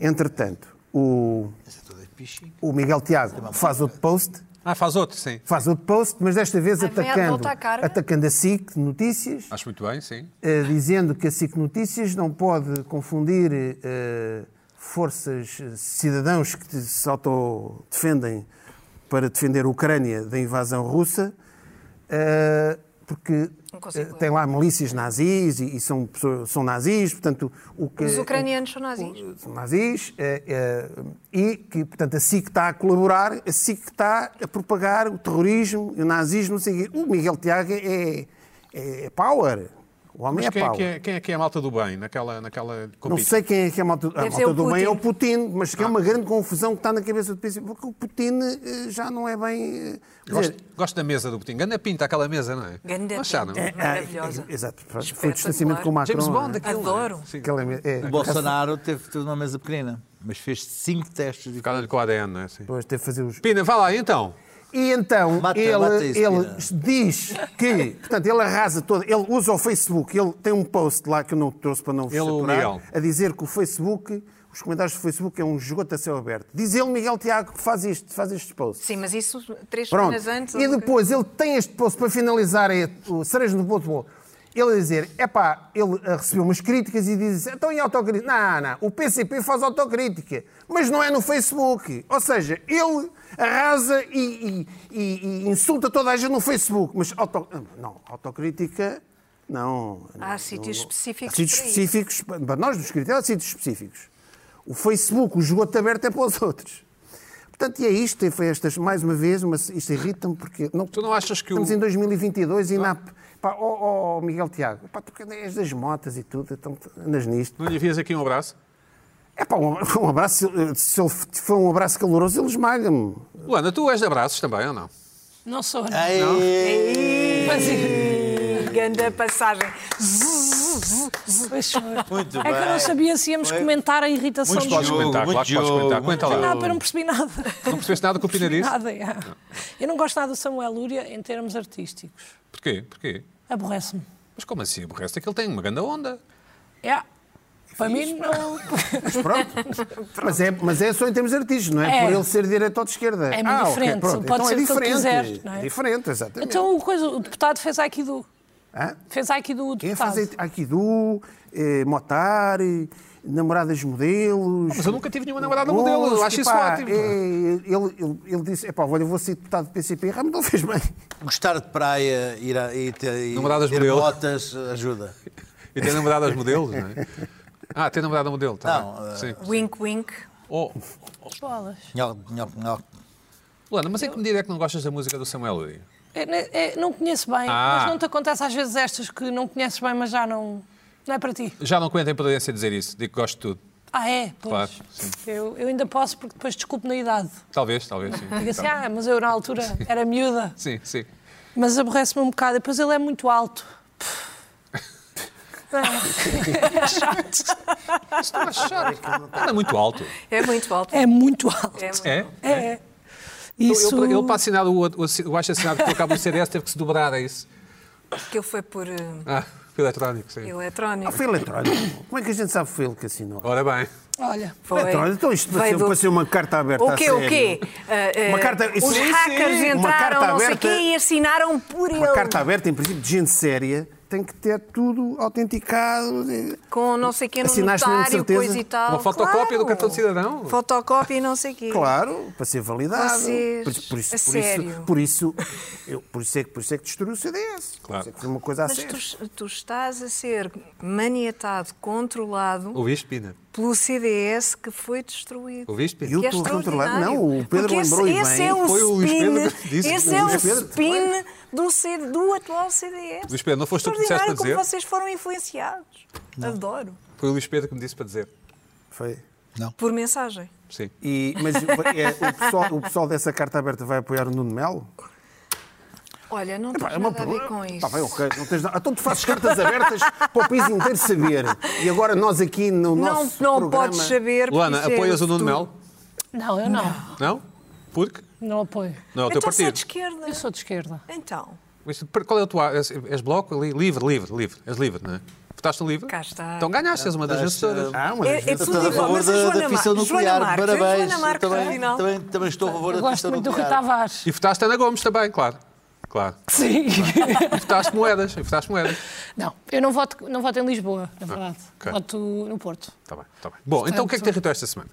entretanto, o, Essa toda é hipichique. o Miguel Tiago faz outro post, Ah, faz outro, sim. faz outro post, mas desta vez Ai, vem à atacando, volta né? à carga. atacando a SIC de Notícias, Acho muito bem, sim. eh, dizendo que a SIC Notícias não pode confundir eh, forças, eh, cidadãos que se autodefendem para defender a Ucrânia da invasão russa, eh, porque não consigo ler. Tem lá milícias nazis e, e são, pessoas- são nazis, portanto... O que, Os ucranianos são nazis. são nazis eh, eh, e que, portanto, a SIC está a colaborar, a SIC está a propagar o terrorismo, o nazismo, não sei o quê. O Miguel Tiago é, é power. O homem Mas é quem é, power. que é, quem é que é a malta do bem naquela, naquela Não competição? sei quem é que é a malta, a Deve ser malta o do bem, é o Putin. Putin, mas Ah. que é uma grande confusão que está na cabeça do Putin, porque o Putin eh, já não é bem... eh, quer Gosto, dizer, gosto da mesa do Putin. Ganda pinta aquela mesa, não é? Ganda Mas já, não? pinta. Maravilhosa. é, é, exato. Foi o Espetacular. distanciamento com o Macron. James não Bond, é? aquilo. Adoro. Sim. Aquela me- é, O Bolsonaro teve tudo numa mesa pequenina, mas fez cinco testes de Ficaram-lhe com o ADN, não é? Sim. Depois teve que fazer os... Pina, vá lá, então. E então Mata- ele, mata isso, ele Pina. diz que, portanto, ele arrasa todo, ele usa o Facebook, ele tem um post lá que eu não trouxe para não vos Ele, o Miguel. saturar, a dizer que o Facebook, os comentários do Facebook é um esgoto a céu aberto. Diz ele, Miguel Tiago, que faz isto, faz estes posts. Sim, mas isso três Pronto. semanas antes. E depois ele tem este post para finalizar é, o cereja no bolo de bolo. Ele a dizer, epá, ele ah, recebeu umas críticas e diz, então em autocrítica? Não, não, o PCP faz autocrítica, mas não é no Facebook. Ou seja, ele arrasa e, e- e- e insulta toda a gente no Facebook, mas auto- não, autocrítica, não. Há Não, sítios não- específicos Há sítios para isso. específicos, para nós do escritório, há sítios específicos. O Facebook, o esgoto aberto é para os outros. Portanto, e é isto, e foi estas, mais uma vez, uma, isto irrita-me porque não, Tu não achas que o- estamos em 2022 e na... Pá, oh, oh, Miguel Tiago, pá, tu que és das motas e tudo, então andas nisto. Não lhe envias aqui um abraço? É pá, um abra- um abraço, se ele- se ele for um abraço caloroso, ele esmaga-me. Luana, tu és de abraços também, ou não? Não sou. não. Ei, Mas, é Eh, Ganda passagem. pois foi. Muito é que eu não bem. sabia se íamos comentar a irritação Muito dos Podes Jogo, comentar, muito claro que podes jogo, comentar. Comenta muito lá. Não, Não eu não percebi nada. percebeste nada que o Pina disse? Nada, é. Eu não gosto nada do Samuel Lúria em termos artísticos. Porquê? Porquê? Aborrece-me. Mas como assim? Aborrece é que ele tem uma grande onda. É. Para mim, não. Mas pronto. mas, é, mas é só em termos artísticos, não é? É. Por ele ser direito ou de esquerda. É ok, diferente, pronto. pode então é ser o que ele diferente. quiser, não é? diferente, exatamente. Então o, coisa, o deputado fez Aikido. Hã? Fez Aikido o Quem deputado. faz Aikido, eh, Motar, eh, namoradas modelos. Mas eu nunca tive nenhuma namorada Moços, modelo, eu acho e isso pá, ótimo. eh, ele, ele, ele disse: epá, olha, eu vou ser deputado do PCP. Realmente ele fez bem. Gostar de praia ir a, e ter, e Namoradas ter modelo. botas ajuda. E tem namoradas modelos, não é? Ah, tem namorada modelo, tá Não, bem. eh, Sim. Wink, wink. Oh, Bolas. Nhoque, nhoque, nhoque. Luana, mas em que medida é que não gostas da música do Samuel Lúria? É, né, é, não conheço bem, Ah. mas não te acontece às vezes estas que não conheces bem, mas já não. Não é para ti. Já não conheço em prudência dizer isso, digo que gosto de tudo. Ah, é? Claro, Pois. sim. eu, eu ainda posso, porque depois desculpo na idade. Talvez, talvez, sim. Digo assim, Tá. ah, mas eu na altura era miúda. Sim, sim. Mas aborrece-me um bocado. Depois ele é muito alto. Isso está chato. Anda muito alto. É muito alto. É muito alto. É muito- É? É. Isso... Isso. Ele, ele para assinar o, o, o acho assinado que colocava o CDS teve que se dobrar a isso. Aquilo foi por eh, Ah, foi eletrónico, sim. Ah, eletrónico. foi eletrónico. Como é que a gente sabe que foi ele que assinou? Ora bem. Olha. Foi. Eletrónico. Então isto Veio pareceu, do- pareceu uma carta aberta. O a quê? O quê? sério. Ah, ah, Uma carta- isso- os Sim, sim. hackers Uma entraram, carta não sei aberta- quê, e assinaram por ele. Uma carta aberta, em princípio, de gente séria, tem que ter tudo autenticado. eh, Com não sei quê no Assinaste mesmo de notário, certeza? coisa e tal. Uma fotocópia Claro. do cartão de cidadão? Fotocópia e não sei quê. Claro, para ser validado. Vocês, Por, isso- por isso, a por, isso, sério? por, isso, eu- por isso é, que- por isso é que destruiu o CDS. Claro. Por isso é que foi uma coisa a Mas sério. tu, tu estás a ser maniatado, controlado Ouviste, Pina? pelo CDS que foi destruído. Ouviste, Pina? Eu Que é estou a extraordinário. controlar. Não, o Pedro Porque esse, lembrou-lhe esse bem. É o Foi o Luís spin, Pedro que disse. Esse O é o Luís Pedro. spin do, C- do atual CDS. Luís Pedro, não foste tu que disseste para Extraordinário como dizer? vocês foram influenciados. Adoro. Foi o Luís Pedro que me disse para dizer. Foi. Por mensagem. Sim. E, mas é, o, pessoal, o pessoal dessa carta aberta vai apoiar o Nuno Melo? Olha, não Pá, é tens nada a ver com isso. Tá bem, ok. Não tens nada. Então tu fazes cartas abertas para o país inteiro saber. E agora nós aqui no não nosso não programa... podes saber. porque Luana, isso é apoias o Nuno futuro. Melo? Não, eu não. Não? Porque? Não apoio. Não é o teu Então sou de partido. esquerda. Eu sou de esquerda. Então, Mas Qual é o teu... ar? És, és bloco? ali? Livre, livre, livre. És livre, não é? Votaste no livre? Cá está. Então ganhaste, és uma das Estás, vencedoras. ah, Ah, mas é, é Eu tudo estou a igual. favor Mas a da, Joana da fissão Marques, Joana nuclear. Marques, a Parabéns. Joana Marques, também, afinal. também, também estou a favor Eu da gosto fissão muito do Rui nuclear. Tavares. E votaste Ana Gomes também, claro. Claro. Sim. E votaste moedas. E votaste moedas. não, eu não voto, não voto em Lisboa, na verdade. ok. Voto no Porto. Está bem, está bem. Bom, então o que é que te irritou esta semana?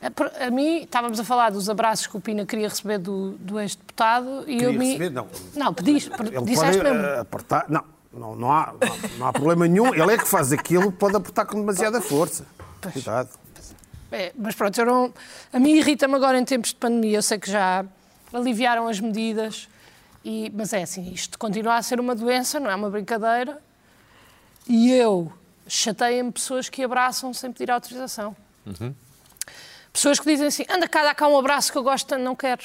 A, por- a mim, estávamos a falar dos abraços que o Pina queria receber do, do ex-deputado e eu Queria me. receber? Não. Não, pediste, per- Ele disseste pode, mesmo. eh, apertar- Não, Não, não, há, não há problema nenhum. Ele é que faz aquilo, pode apertar com demasiada força. Cuidado. É, mas pronto, eu não... a mim irrita-me agora em tempos de pandemia. Eu sei que já aliviaram as medidas, e... mas é assim, isto continua a ser uma doença, não é uma brincadeira. E eu chateia-me pessoas que abraçam sem pedir autorização. Pessoas que dizem assim: anda cá, dá cá um abraço que eu gosto tanto, não quero.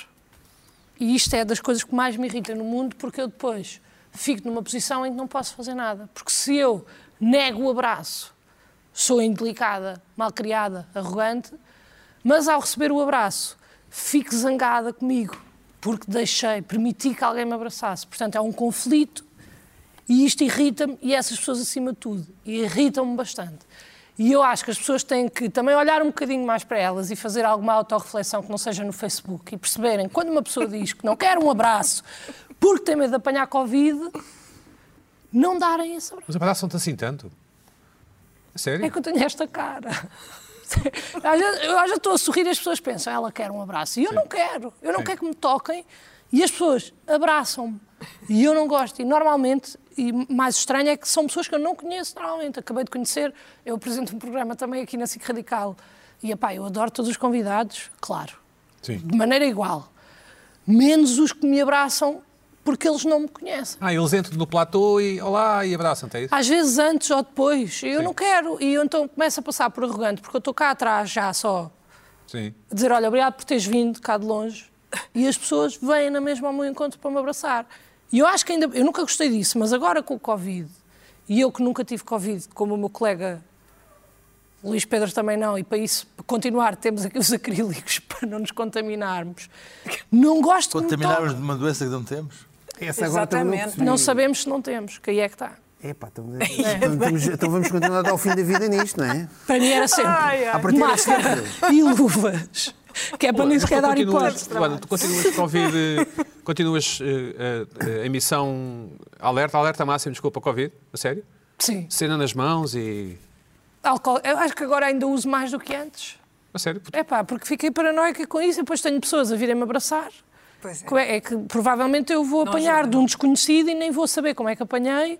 E isto é das coisas que mais me irrita no mundo, porque eu depois fico numa posição em que não posso fazer nada. Porque se eu nego o abraço, sou indelicada, malcriada, arrogante, mas ao receber o abraço, fico zangada comigo, porque deixei, permiti que alguém me abraçasse. Portanto, é um conflito e isto irrita-me e essas pessoas acima de tudo. E irritam-me bastante. E eu acho que as pessoas têm que também olhar um bocadinho mais para elas e fazer alguma autorreflexão que não seja no Facebook e perceberem quando uma pessoa diz que não quer um abraço porque tem medo de apanhar Covid, não darem esse abraço. Mas abraçam-te assim tanto? A Sério? É que eu tenho esta cara. Às vezes- Eu já estou a sorrir e as pessoas pensam, ela quer um abraço. E eu não quero. Eu não Sim. quero que me toquem. E as pessoas abraçam-me. E eu não gosto. E normalmente, e mais estranho é que são pessoas que eu não conheço normalmente. Acabei de conhecer. Eu apresento um programa também aqui na SIC Radical. E, epá, eu adoro todos os convidados, claro. Sim. De maneira igual. Menos os que me abraçam porque eles não me conhecem. Ah, eles entram no platô e olá e abraçam-te, é isso? Às vezes antes ou depois. Eu não quero. E eu então começo a passar por arrogante, porque eu estou cá atrás já só Sim. a dizer, olha, obrigado por teres vindo cá de longe. E as pessoas vêm na mesma ao meu encontro para me abraçar. E eu acho que ainda, eu nunca gostei disso, mas agora com o Covid, e eu que nunca tive Covid, como o meu colega Luís Pedro também não, e para isso, para continuar, temos aqui os acrílicos para não nos contaminarmos. Não gosto que me Contaminarmos de uma doença que não temos? Essa agora também não Exatamente. toquem. Não sabemos se não temos, que aí é que está. Epá, então, então vamos- então vamos continuar até ao fim da vida nisto, não é? Para mim era sempre Ai, ai. A partir de máscara e luvas, que é para então não Mas sequer tu dar continuas- hipótese. Luana, tu continuas com Covid, eh, continuas eh, eh, a emissão alerta, alerta máximo, desculpa, Covid, a sério? Sim. Cena nas mãos e. Álcool, eu acho que agora ainda uso mais do que antes. A sério? É pá, porque fiquei paranoica com isso e depois tenho pessoas a virem-me abraçar. Pois é. Como É é que provavelmente eu vou apanhar de um desconhecido e nem vou saber como é que apanhei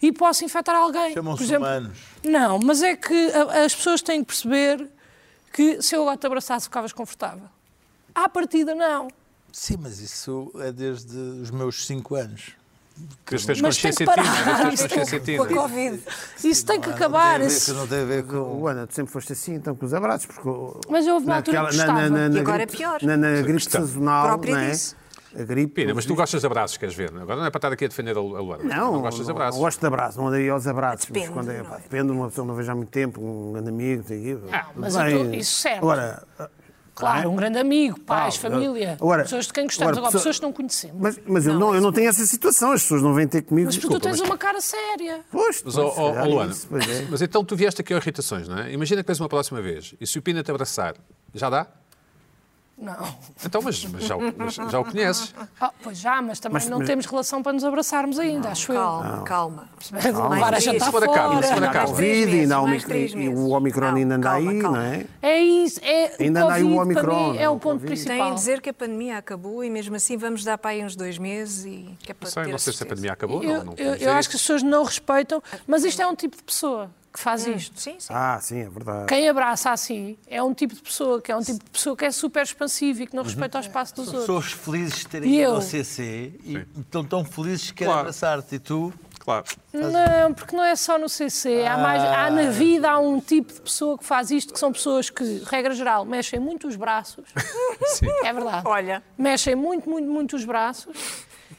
e posso infectar alguém. é Por Chamam-se exemplo- é humanos. Não, mas é que a- as pessoas têm que perceber que se eu agora te abraçasse ficavas confortável. À partida, não. Sim, mas isso é desde os meus 5 anos. Que as tens Mas tem consciência que de ti, parar. mas tens Isto consciência de ti, Com a não é? Covid. Isso tem que Não acabar. tem a ver- isso- Não tem a ver com. Ana, tu sempre foste assim, então com os abraços. Porque, o- Mas houve uma altura que gostava. E agora gripe, é pior. Na, na gripe Questão. sazonal, Própria não é? disso. A gripe. Pina, mas tu gostas de abraços, queres ver? não é? Agora não é para estar aqui a defender a Lu- a Luana. Não, não gostas de abraços. Não gosto de abraços, não andei aos abraços. mas Depende, quando é, não pá, é? depende, uma pessoa que não vejo há muito tempo, um grande amigo, tem que ir. Ah, mas Bem, então, eu tô- isso serve. Agora, Claro, um grande amigo, pais, Ah, família, agora- pessoas de quem gostamos. agora, Agora, pessoa- pessoas que não conhecemos. mas, mas eu, não, eu não tenho essa situação, as pessoas não vêm ter comigo. Mas porque tu tens uma cara séria. Pois, Mas, pois, ó, se ó, calhar é Luana, isso, pois é. mas então tu vieste aqui a irritações, não é? Imagina que tens uma próxima vez e se o Pina te abraçar, já dá? Não. Então, mas, mas já, o- mas já o conheces. Ah, pois já, mas também Mas- não mas- temos relação para nos abraçarmos ainda, acho eu. Calma, calma. É de levar a Isso jantar for a cabo, isso for a cabo. fora. cá. Há Covid, meses, ainda há o mais mic- três e meses. o Omicron ainda anda Calma, aí, calma. não é? É isso, é Ainda o anda aí o Covid, para Omicron, mim é não é? o ponto Covid. principal. Têm de dizer que a pandemia acabou e mesmo assim vamos dar para aí uns dois meses e que é para Não sei, ter não sei se a certeza. pandemia acabou, eu, não, não eu- podemos eu dizer acho que as isso. pessoas não respeitam, mas isto é um tipo de pessoa que faz isto. Sim, sim. Ah, sim, é verdade. Quem abraça assim é um tipo de pessoa que é um tipo de pessoa que é super expansiva e que não respeita o espaço dos outros. Pessoas felizes de terem E ido eu? ao CC e estão tão felizes que querem Claro. abraçar-te. E tu, Claro. Não, porque não é só no CC. Há, mais, há na vida há um tipo de pessoa que faz isto, que são pessoas que, regra geral, mexem muito os braços. É verdade. Olha. Mexem muito, muito, muito os braços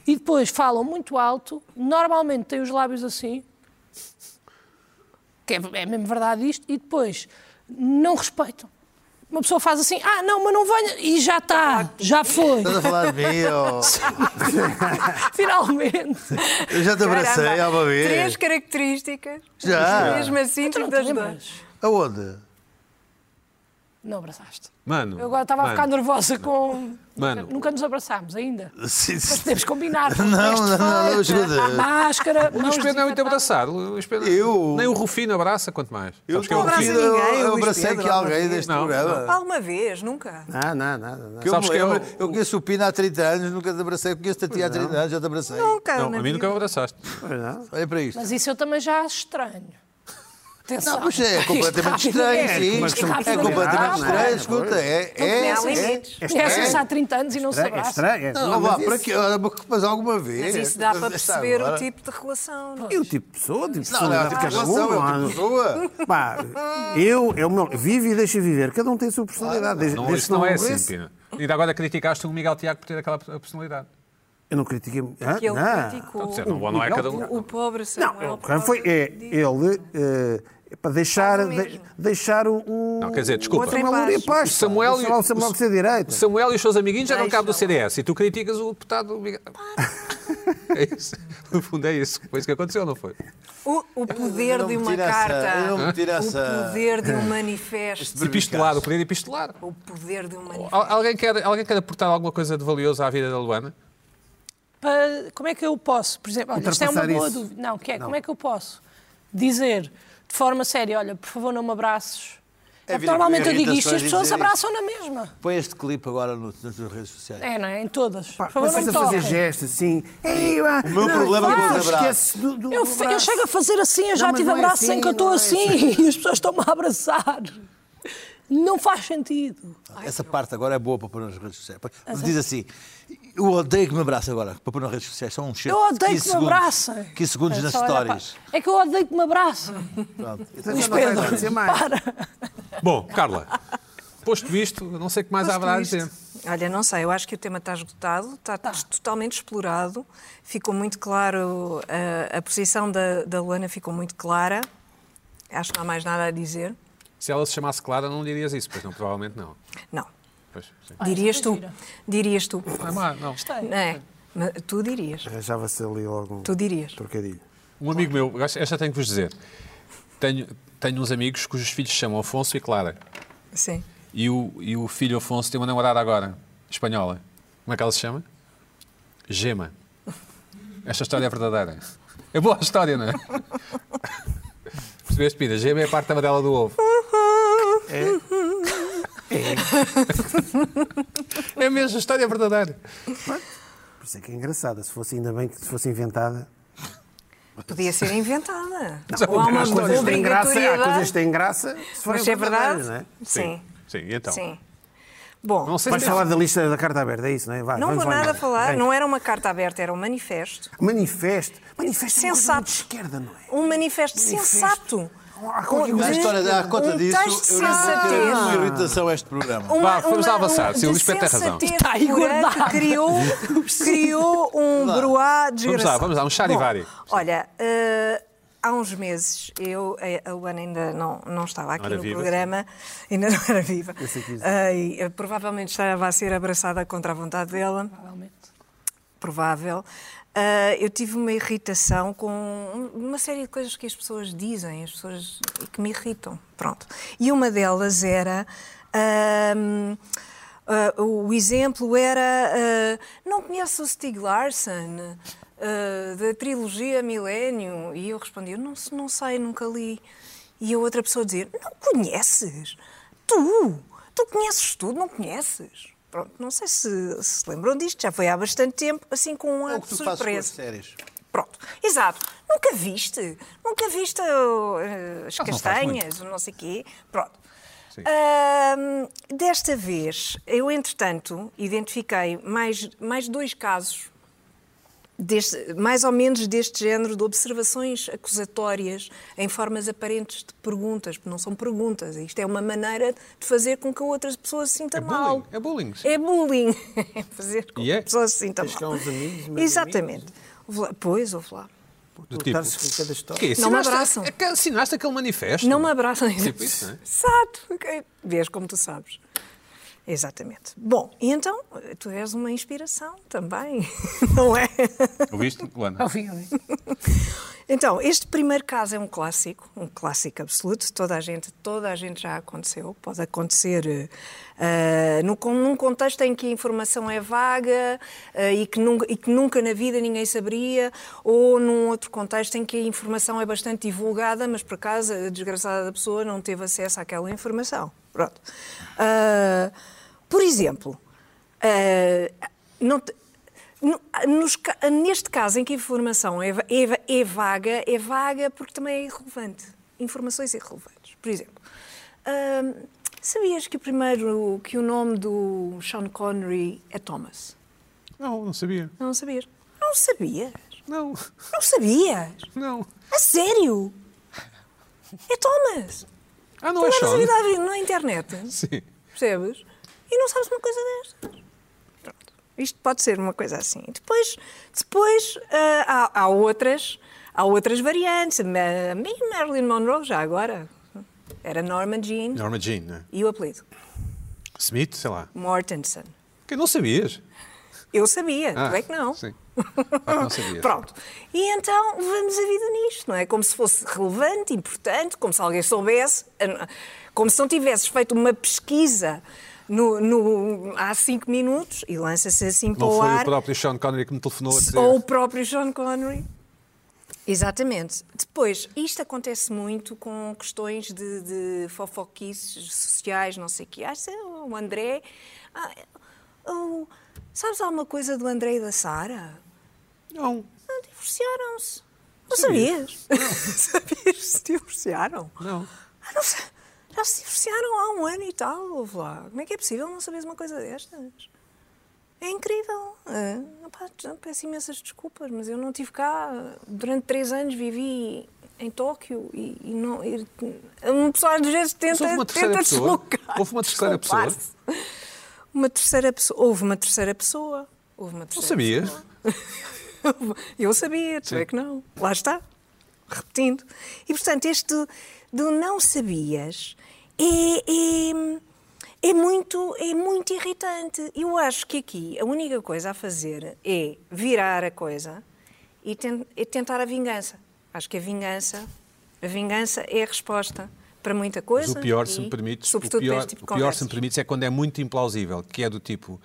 e depois falam muito alto. Normalmente têm os lábios assim. Que é, é mesmo verdade isto. E depois não respeitam. Uma pessoa faz assim, ah, não, mas não venha. E já está, já foi, estás a falar de mim? ó? finalmente. Eu já te abracei Caramba. há uma Três vez. características. Já. Mesmo assim, Tu Então tive não te das lembras? duas. Aonde? Não abraçaste. Mano. Eu agora estava a mano, ficar nervosa com. Mano. Nunca, nunca nos abraçámos ainda. Sim, Mas sim. podemos combinar. Não, não, não, não, não, ajuda. Máscara. O mãos Luís Pedro não é muito desinfetadas. abraçado. O Luís Pedro- Eu? Nem o Rufino abraça, quanto mais. Eu Sabes que é o estou Rufino? aqui, Sabes abraço ninguém, eu Luís abracei Pedro, aqui alguém deste Não, programa. Alguma vez, nunca. Não, não, nada. nada. Que eu, Sabes me que eu- lembro, eu conheço o Pina há 30 anos, nunca te abracei. Eu Conheço-te a ti há 30 anos, já te abracei. Nunca. Não, na a mim nunca vida. me abraçaste. Pois não. Olha para isto. Mas isso eu também já acho estranho. Atenção. Não, mas é completamente estranho, sim. mas são É completamente pequeninas, não é? estranho, escuta. É, é, Não, há é. limites. Conhecem-se assim, há 30 anos e não se Estranho, é abraçam. estranho. é- Não, mas vá, isso- para quê? Ora, Mas alguma vez. Mas isso dá para Está perceber o é, agora. tipo de relação. não é? E o tipo de pessoa? O tipo de Não, pessoa não, é de tipo cada um, relação, é não o há- tipo de pessoa. Pá, eu, é o meu, vive e deixa viver. Cada um tem a sua personalidade. Desde- Não, desde isso que não é aborreça. assim, Pina. Ainda agora criticaste o Miguel Tiago por ter aquela personalidade. Eu não critiquei. Hã? Que ele Não. criticou. Está a dizer, não, não é Miguel cada um. O pobre Não, Samuel. ele, quem foi, é, ele eh, é para deixar, Faz o mesmo. de- deixar o, o. Não, quer dizer, desculpa. O outro Samuel Loura em paz. O Samuel, Deixa lá o Samuel que ser direito. o Samuel e os seus amiguinhos já não Ai, cabem do está CDS e tu criticas o deputado Miguel. É isso. No fundo é isso. Foi isso que aconteceu, não foi? O, o poder não me de uma tira essa- carta. eu não me tira essa- tipo O poder de um manifesto. Epistolar, o poder epistolar. O poder Oh, de um manifesto. Al- Alguém quer, alguém quer aportar alguma coisa de valioso à vida da Luana? Pa- como é que eu posso, por exemplo, olha, isto é uma Ultrapassar boa isso. dúvida. Não, que é, como é que eu posso dizer de forma séria, olha, por favor, não me abraços. É É que vir- normalmente eu digo irritações isto e as dizer pessoas isso. se abraçam na mesma. Põe este clipe agora no- nas tuas redes sociais. É, não é? Em todas. Pá, por favor, não começa me a fazer toquem. gestos assim. Ei, ah, meu não, problema pá, com os abraços. esquece do- do- Eu, do fe- eu abraço. chego a fazer assim, eu já mas tive não é abraços em assim, que eu estou não é assim e as pessoas estão-me a abraçar. Não faz sentido. Essa parte agora é boa para pôr nas redes sociais. Diz é. assim: eu odeio que me abraça agora, para pôr nas redes sociais. São um cheiro. Eu odeio que 15 me abracem. segundos, 15 segundos É nas só olhar para- stories. É que eu odeio que me abracem. Pronto. Mas Luís não vai Pedro, acontecer mais. para. Bom, Carla, posto isto, não sei o que mais Posto haverá a isto. dizer. ah. Olha, não sei, eu acho que o tema está esgotado, está Tá. totalmente explorado, ficou muito claro, ah, a, a posição da, da Luana ficou muito clara, acho que não há mais nada a dizer. Se ela se chamasse Clara, não dirias isso, pois não, provavelmente não. Não, Pois, sim. dirias tu, mentira. dirias tu, Não é má, não. não é? Mas tu dirias, Arranjava-se ali logo um tu dirias. trocadilho. Um amigo meu, esta tenho que vos dizer. Tenho, tenho uns amigos cujos filhos se chamam Afonso e Clara. Sim. E o, e o filho Afonso tem uma namorada agora, espanhola. Como é que ela se chama? Gema. Esta história é verdadeira. É boa a história, não é? Percebeste, Pina? Gema é a parte da amarela do ovo. É. É mesmo, a história é verdadeira. Por isso é que é engraçada. Se fosse ainda bem que se fosse inventada. Podia ser inventada. Não, Ou há uma há coisas Coisas têm graça, há obrigatoriedade. coisas que têm graça. Se forem Mas se é verdadeiras, verdade, não é? sim. Sim, e então? Sim. Bom, Não sei Vais se falar da lista da carta aberta, é isso, não é? Vai, não vamos vou lá nada a embora. falar, Vem. não era uma carta aberta, era um manifesto. Manifesto. Manifesto é uma coisa muito Sensato. de esquerda, não é? Um manifesto sensato. Há qualquer Um- é Mas a história dá conta um disso. texto Eu não vou ter sensatez. é uma irritação a este programa. Uma- Vá, vamos uma- um avançar, sim, o de Luís Pedro tem razão. sensatez Está aí pura guardado. que criou, criou um broá desgraçado. lá, vamos lá, um charivari. Bom, Olha, eh, há uns meses, eu, eh, a Luana ainda não, não estava aqui Não era no viva, programa, ainda não era viva. que isso- Eh, e, eh, provavelmente estava a ser abraçada contra a vontade dela Provavelmente. provável. Ah, eu tive uma irritação com um, uma série de coisas que as pessoas dizem, as pessoas e que me irritam. Pronto. E uma delas era. ahm, ah, o exemplo era. ah, não conheço o Stig Larsson, ah, da trilogia Milênio? E eu respondi: não, se- não sei, nunca li. E a outra pessoa dizer: Não conheces? Tu! Tu conheces tudo, não conheces? Pronto, não sei se se lembram disto, já foi há bastante tempo, assim com um É ar o de que tu fazes com as surpresa. séries. Pronto, exato. Nunca viste, nunca viste oh, eh, as Ah, não faz castanhas, o não sei quê. Pronto. Sim. Ahm, desta vez, eu entretanto identifiquei mais, mais dois casos, deste- mais ou menos deste género, de observações acusatórias em formas aparentes de perguntas, porque não são perguntas. Isto é uma maneira de fazer com que a outra pessoa se sinta É mal. bullying. É bullying. sim. É bullying. É fazer com E que é? a pessoa se sinta Tens cá mal. uns amigos, meus Exatamente. Houve lá- Pois, ouve lá. Do Tu tipo. estás com cada história. Que é, Não me assinaste- abraçam. é que Assinaste aquele manifesto. Não me abraçam. Tipo isso, não é? Exato. ok. Vês como tu sabes. Exatamente. Bom, e então, tu és uma inspiração também, não é? Ouviste, Luana? Ao fim, ao fim. Então, este primeiro caso é um clássico, um clássico absoluto. Toda a gente, toda a gente já aconteceu. Pode acontecer eh, num, con- num contexto em que a informação é vaga eh, e, que nunca, e que nunca na vida ninguém saberia, ou num outro contexto em que a informação é bastante divulgada, mas por acaso a desgraçada pessoa não teve acesso àquela informação. Pronto. Ah, por exemplo, ah, não te- no- nos ca- neste caso em que a informação é, va- é va- é vaga, é vaga porque também é irrelevante. Informações irrelevantes. Por exemplo, hum, sabias que o primeiro que o nome do Sean Connery é Thomas? Não, não sabia. Não sabias? Não sabias? Não, Não sabias? não. A sério? É Thomas. Ah, não Tu é andas a Sean? vida na internet. Sim. Percebes? E não sabes uma coisa destas. Pronto. Isto pode ser uma coisa assim. Depois, depois ah, há, há outras, há outras variantes. A minha Marilyn Monroe, já agora, era Norma Jean. Norma Jean, né? E o apelido? Smith, sei lá. Mortensen. Que não sabias. Eu sabia, Ah, tu é que não. Sim. Ah, que não sabias. Pronto. E então vamos a vida nisto, não é? Como se fosse relevante, importante, como se alguém soubesse, eh, como se não tivesses feito uma pesquisa no, no- há cinco minutos e lança-se assim para Não o foi ar. o próprio Sean Connery que me telefonou a dizer. Ou o próprio John Connery. Exatamente. Depois, isto acontece muito com questões de, de fofoquices sociais, não sei o quê. Ah, sei lá, o André. Ah, o- sabes alguma coisa do André e da Sara? Não, Ah, divorciaram-se. Não sabias? sabias se divorciaram? não. Ah, não sei. Já se divorciaram há um ano e tal, ouve lá. Como é que é possível não saberes uma coisa destas? É incrível. É. Opá, já peço imensas desculpas, mas eu não estive cá. Durante três anos vivi em Tóquio e, e não. E, uma pessoa às Mas vezes tenta, houve uma terceira tenta pessoa? deslocar. Houve uma terceira pessoa? desculpar-se. Uma terceira pessoa. Houve uma terceira pessoa. Houve uma Não terceira sabias. eu sabia, tu é que não. Lá está. Repetindo. E, portanto, este do, do não sabias é, é, é muito, é muito irritante. Eu acho que aqui a única coisa a fazer é virar a coisa e, ten- e tentar a vingança. Acho que a vingança, a vingança é a resposta para muita Mas coisa. o pior, e, se me permites, o sobretudo pior, neste tipo de o pior, se conversas. me permites, é quando é muito implausível, que é do tipo,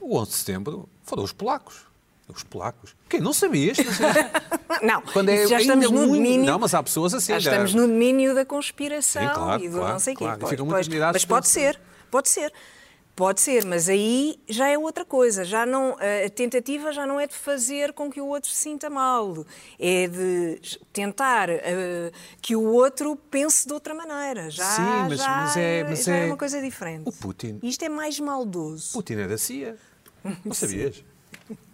o 11 de setembro foram os polacos. Os polacos. Quem não sabias? Não sabias? Não, Quando é isso já ainda estamos no muito- domínio. Não, mas há pessoas assim, Já ainda- estamos no domínio da conspiração Sim, claro, e do claro, não sei o quê. claro. E Pois, ficam muito pois. admirados mas pode por- ser, pode ser. Pode ser, mas aí já é outra coisa. Já não, a tentativa já não é de fazer com que o outro se sinta mal. É de tentar eh, que o outro pense de outra maneira. Já, Sim, mas- já- mas é- mas já é é- uma coisa diferente. O Putin- Isto é mais maldoso. Putin é da CIA. Não sabias?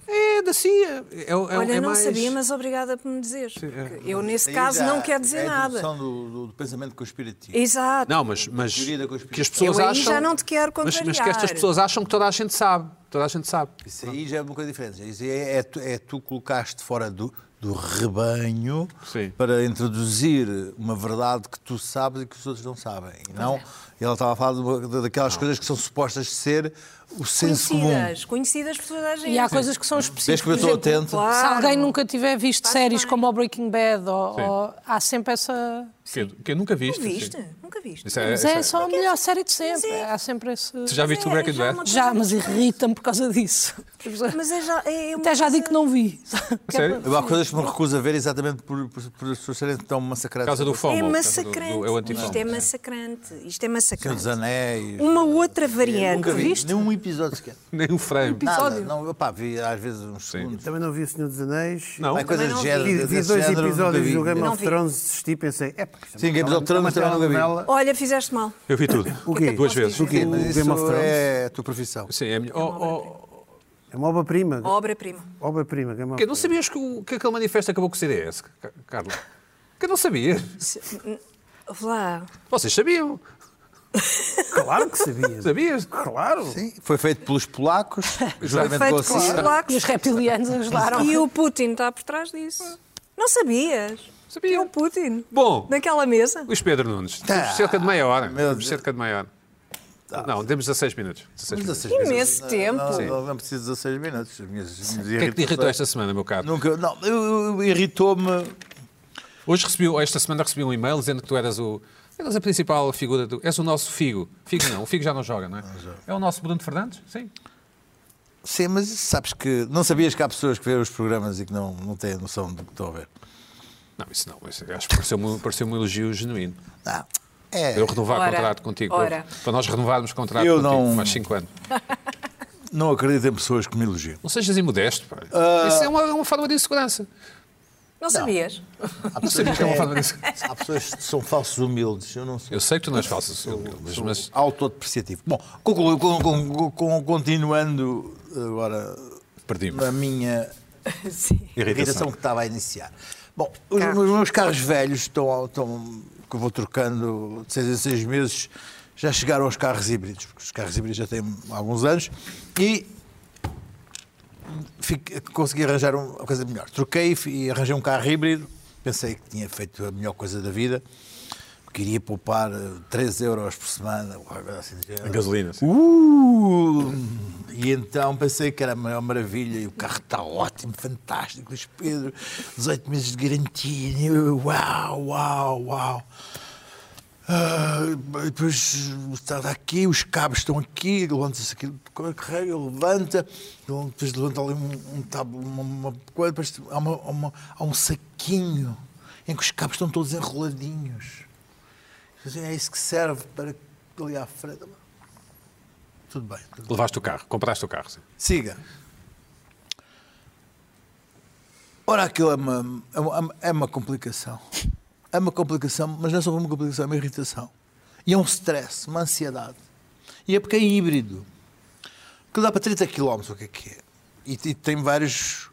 É da CIA. É, é, Olha, é não mais... é. sabia, mas obrigada por me dizer. porque eu, nesse Aí caso, já não quero dizer é nada. A introdução do, do- do pensamento conspirativo. Exato. Não, mas, mas Teoria da conspiração. que as pessoas Eu aí acham. já não te quero mas, mas que contrariar. estas pessoas acham que toda a gente sabe. Toda a gente sabe. Isso aí já é uma coisa diferente. Isso é, é, tu, é tu colocaste fora do, do rebanho Sim. para introduzir uma verdade que tu sabes e que os outros não sabem. E não, é. ela estava a falar de uma- de- daquelas coisas que são supostas ser o senso comum. conhecidas, conhecidas pessoas da gente. E há coisas que são específicas. Desde que eu por estou exemplo, atento. Claro. Se alguém nunca tiver visto Faz séries bem. como o Breaking Bad, ou, Sim. ou- há sempre essa. Que, que eu nunca viste. Nunca viste? assim. Nunca viste. Isso é- Mas isso é é- só a melhor série de sempre. Mas é- Há sempre esse. Tu já viste o Mas é- Breaking já é Bad? uma- Já, mas irrita-me por causa disso. Mas é já. É uma Até já coisa- digo que não vi. Sério? Eu Há coisas que me recuso a ver exatamente por, por, por as pessoas serem tão Por massacradas. causa do FOMO. É por causa do- do- massacrante. é o Isto é antifomo. massacrante. Isto é Senhor dos massacrante. Anéis. Uma outra Nunca variante. vi nenhum episódio sequer. Nem um frame. Nada, não, opá, vi às vezes uns segundos. Também não vi O Senhor dos Anéis. Não. Há coisas não de vi. género, Vi, vi desse dois género, nunca episódios vi. do Game Não of vi. Thrones, desisti e pensei... "Epá, isto é Sim, uma Game of tele- é Thrones uma também nunca vi. telenovela." Olha, fizeste mal. Eu vi tudo. O quê? Duas vezes. O quê? O Mas Game of isso Thrones. é a tua profissão. Sim, é melhor. Oh, oh, É uma obra-prima. Oh. Obra-prima. Obra-prima, Game of que não Thrones. sabias que, o- que aquele manifesto acabou com o CDS, Ca- Carla? Que não sabias. Ouve Lá. Vocês sabiam. Claro que sabia. Sabias? Claro. Sim, foi feito pelos polacos, juntamente com a Feito pelos CIA. E os polacos. reptilianos ajudaram. E o Putin está por trás disso. Não sabias? Sabia. Que é o Putin. Bom. Naquela mesa. Luís Pedro Nunes. Tá. Cerca de meia hora. Meu Deus. Cerca de meia hora. Não, temos 16 minutos. 16 minutos. Imenso tempo. Não, Sim. não, não preciso de 16 minutos. As minhas- as minhas tá O que é que te irritou irritações- esta semana, meu caro? Nunca, não, eu- eu- irritou-me Hoje recebi, ou esta semana recebi um e-mail dizendo que tu eras o. Eras a principal figura do. És o nosso Figo. Figo não, o Figo já não joga, não é? É o nosso Bruno Fernandes? Sim. Sim, mas isso sabes que. Não sabias que há pessoas que vêem os programas e que não, não têm noção do que estão a ver. Não, isso não. Isso, acho que pareceu-me pareceu um elogio genuíno. Não. É, Eu renovar Ora, contrato contigo. ora. Para, para nós renovarmos contrato Eu contigo não- mais 5 anos. não acredito em pessoas que me elogiam. Não sejas imodesto, pá. Isso é uma, é uma forma de insegurança. Não sabias? Há Não pessoas, sabias que que é uma é- forma de insegurança. há pessoas que são falsos humildes. Eu não sou. Eu sei que tu não és falso, mas, mas Mas... Autodepreciativo. Bom, conclu- con- con- con- continuando agora perdi-me. na minha Sim. irritação, que estava a iniciar. Bom, os meus, meus carros velhos estão, ao- estão- que eu vou trocando de seis em seis meses, já chegaram aos carros híbridos, porque os carros híbridos já têm alguns anos, e fiquei- consegui arranjar um- uma coisa melhor. Troquei e fi- e arranjei um carro híbrido, pensei que tinha feito a melhor coisa da vida, queria poupar 3 euros por semana, ou algo assim do género. A gasolina. sim. Uh! E então pensei que era a maior maravilha e o carro está ótimo, fantástico, Luís Pedro, 18 meses de garantia, e eu, uau, uau, uau. Ah, e depois está aqui, os cabos estão aqui, levanta-se aquilo, carrega, levanta, depois levanta ali um, um tábulo, uma, uma coisa, depois há, uma- há uma- há um saquinho em que os cabos estão todos enroladinhos. É isso que serve para ali à frente. Tudo bem, tudo bem. Levaste o carro, compraste o carro. Sim. Siga. Ora, aquilo é uma, é uma, é uma complicação. É uma complicação, mas não é só uma complicação, é uma irritação. E é um stress, uma ansiedade. E é porque é híbrido. Que dá para 30 km, o que é que é? E, e tem vários.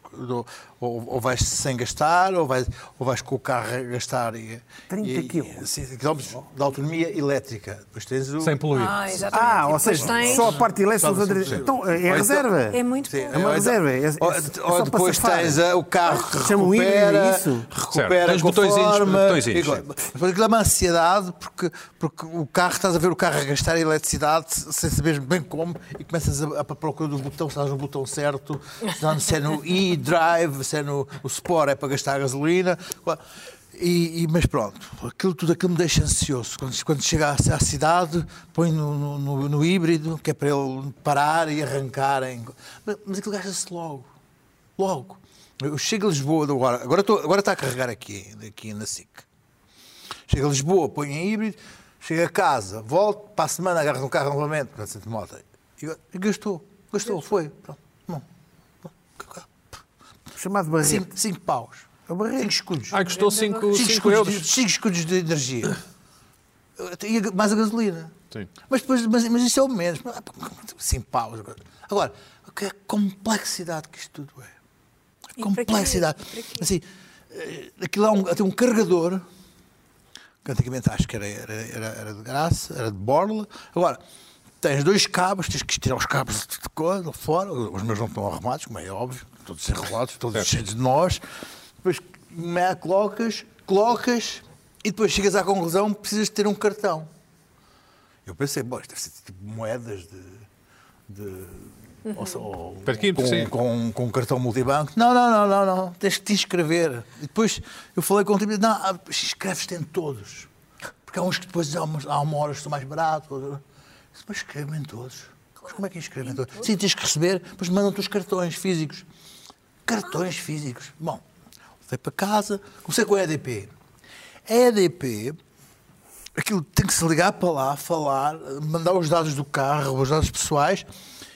Ou, ou vais sem gastar, ou vais, ou vais com o carro a gastar. E, 30 e- quilómetros? Sim, 30 km de autonomia elétrica. Depois tens o. Sem poluir. Ah, exatamente. Ah, E ou depois seja, tens- só a parte elétrica os Só outros. assim, Então, é Ou então- reserva. É muito Sim, pouco. uma ou então- reserva, é- é- ou, é só ou para depois safar. tens ah, o carro que Chama o híbrido, recupera, isso. Certo, recupera tens botõezinhos, conforme, botõezinhos, igual. sim. Mas aquilo é uma ansiedade porque, porque o carro, estás a ver o carro a gastar eletricidade sem saber bem como e começas a, a, a procurar do botão, se estás no botão certo, se não- se é no e-drive, se é no o Sport é para gastar gasolina. E, e- mas pronto, aquilo, tudo aquilo me deixa ansioso. Quando, quando chega à, à cidade, põe no, no- no- no híbrido, que é para ele parar e arrancar. em- Mas, mas aquilo gasta-se logo. Logo. Eu chego a Lisboa agora. Agora, estou- agora está a carregar aqui, aqui na SIC. Chego a Lisboa, ponho em híbrido, chego a casa, volto, para a semana agarro no carro novamente, para de moto. E eu- e gastou, gastou, foi. Pronto. Não. Chamado barreto. Cinco, cinco paus. É barreto. Cinco escudos. Ah, custou 5 cinco, escudos de, euros. cinco escudos de energia. E a- mais a gasolina. Sim. Mas, depois, mas, mas isso é o menos. Mas, ah, pá, Cinco paus. Agora, Agora, o que é a complexidade que isto tudo é? E para quê? complexidade. Para quê? Assim, eh, aquilo é um, tem um carregador, que antigamente acho que era, era, era, era de graça, era de borla. Agora, tens dois cabos, tens que tirar os cabos de- de coisa fora, os meus não estão arrumados, como é óbvio, todos enrolados, todos Certo. cheios de nós. Depois me- colocas, colocas e depois chegas à conclusão que precisas de ter um cartão. Eu pensei, bom, isto deve ser tipo moedas de. de ou só- ou- Perquim, sim. com, com, com um cartão multibanco. Não, não, não, não, não. Tens que te inscrever. E depois eu falei com o tipo, não, ah, inscreves-te em todos. Porque há uns que depois há umas- há uma hora que estão mais baratos. outros- Disse, Mas inscreve-me em todos. Mas como é que inscreve em todos? Sim, tens que receber, depois mandam-te os cartões físicos. Cartões físicos. Bom, voltei para casa, comecei com a EDP. A EDP aquilo tem que se ligar para lá, falar, mandar os dados do carro, os dados pessoais.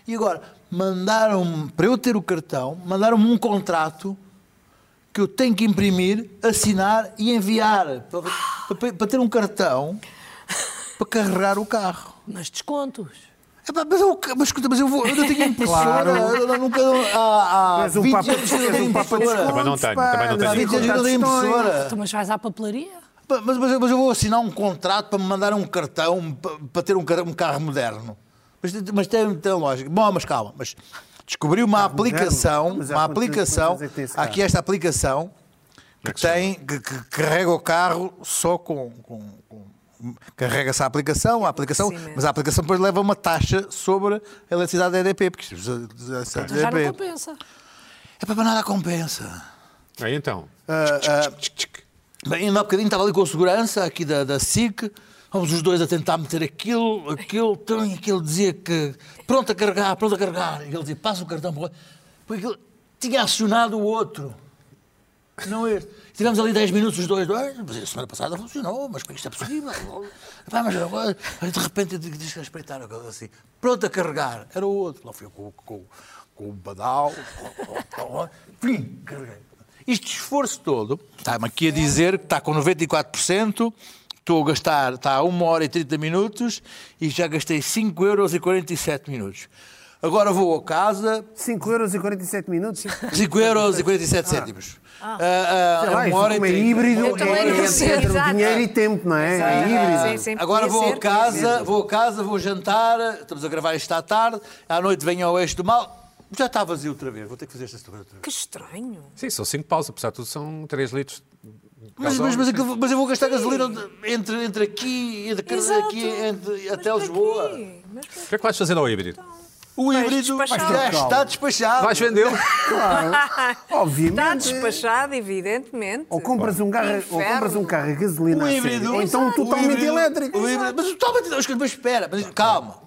E agora, mandaram para eu ter o cartão, mandaram-me um contrato que eu tenho que imprimir, assinar e enviar para, para- para ter um cartão para carregar o carro. Mas descontos. Epá, Mas eu, mas, escuta, mas eu, vou, eu não tenho impressora, eu não- ah, nunca. Há, há És um 20 papa- anos que eu não és tenho um papa dos impressora. Também não tenho, pá, também não tenho. Há das 20 anos que eu não tenho contas de impressora. Tu, mas vais à papelaria? Mas, mas- mas eu vou assinar um contrato para me mandar um cartão pa- para, ter um, car- um carro moderno. Mas, mas tem, tem lógica. Bom, mas calma, mas descobri uma aplicação, Mas há uma quantas- aplicação, quantas é que tem esse há aqui carro? é esta aplicação que tem, que, que carrega o carro só com. com- com- Carrega-se a aplicação, a aplicação, Sim, mesmo. mas a aplicação depois leva uma taxa sobre a eletricidade da EDP, porque isto é- é- Mas Então já é- não é- compensa. é para nada compensa. Aí então. Ah, ah, Bem, ainda há bocadinho estava ali com o segurança aqui da, da SIC, vamos os dois a tentar meter aquilo, aquilo, tão, e aquilo dizia que pronto a carregar, pronto a carregar. E ele dizia, passa o cartão para o outro. Porque aquilo tinha acionado o outro. Não é este. Tivemos ali 10 minutos os dois, "Ah, mas a semana passada funcionou, mas como é que isto é possível? Pá, mas agora, de repente eu digo, diz que respeitar a coisa assim, pronto a carregar, era o outro, lá fui eu com, com, com o badal, fim, carreguei. Este esforço todo, está-me aqui a dizer que está com 94%, estou a gastar, está a 1 hora e 30 minutos e já gastei 5 euros e 47 minutos. Agora vou a casa, 5 euros e 47 minutos. 5 euros e 47 cêntimos. Ah, Sei ah, lá, uma isto hora e como é trinta. Ah, híbrido, Eu também é não sei, entre exato. dinheiro e tempo, não é? É híbrido. Sim, sim, Agora podia vou ser, a podia casa, vou a casa, vou jantar, estamos a gravar isto à tarde, à noite venho ao eixo do mal, já está vazio outra vez, vou ter que fazer esta coisa outra ser. vez. Que estranho. Sim, são cinco paus, apesar de tudo, são 3 litros. de Mas, mas, gasóleo. mas, aquilo- mas eu vou gastar gasolina entre, entre aqui, entre, Exato. aqui, entre, Mas até para Lisboa. quê? Mas para O que é que vais fazer ao híbrido? O Vais híbrido despachar. já está despachado. Vais Então, vendê-lo? Ah, Está Obviamente. despachado, evidentemente. Ou compras, um carro, ou Inferno. compras um carro a gasolina O a híbrido. sério, ou então um totalmente é O híbrido- elétrico. o híbrido- mas totalmente. Mas, mas espera, mas, calma.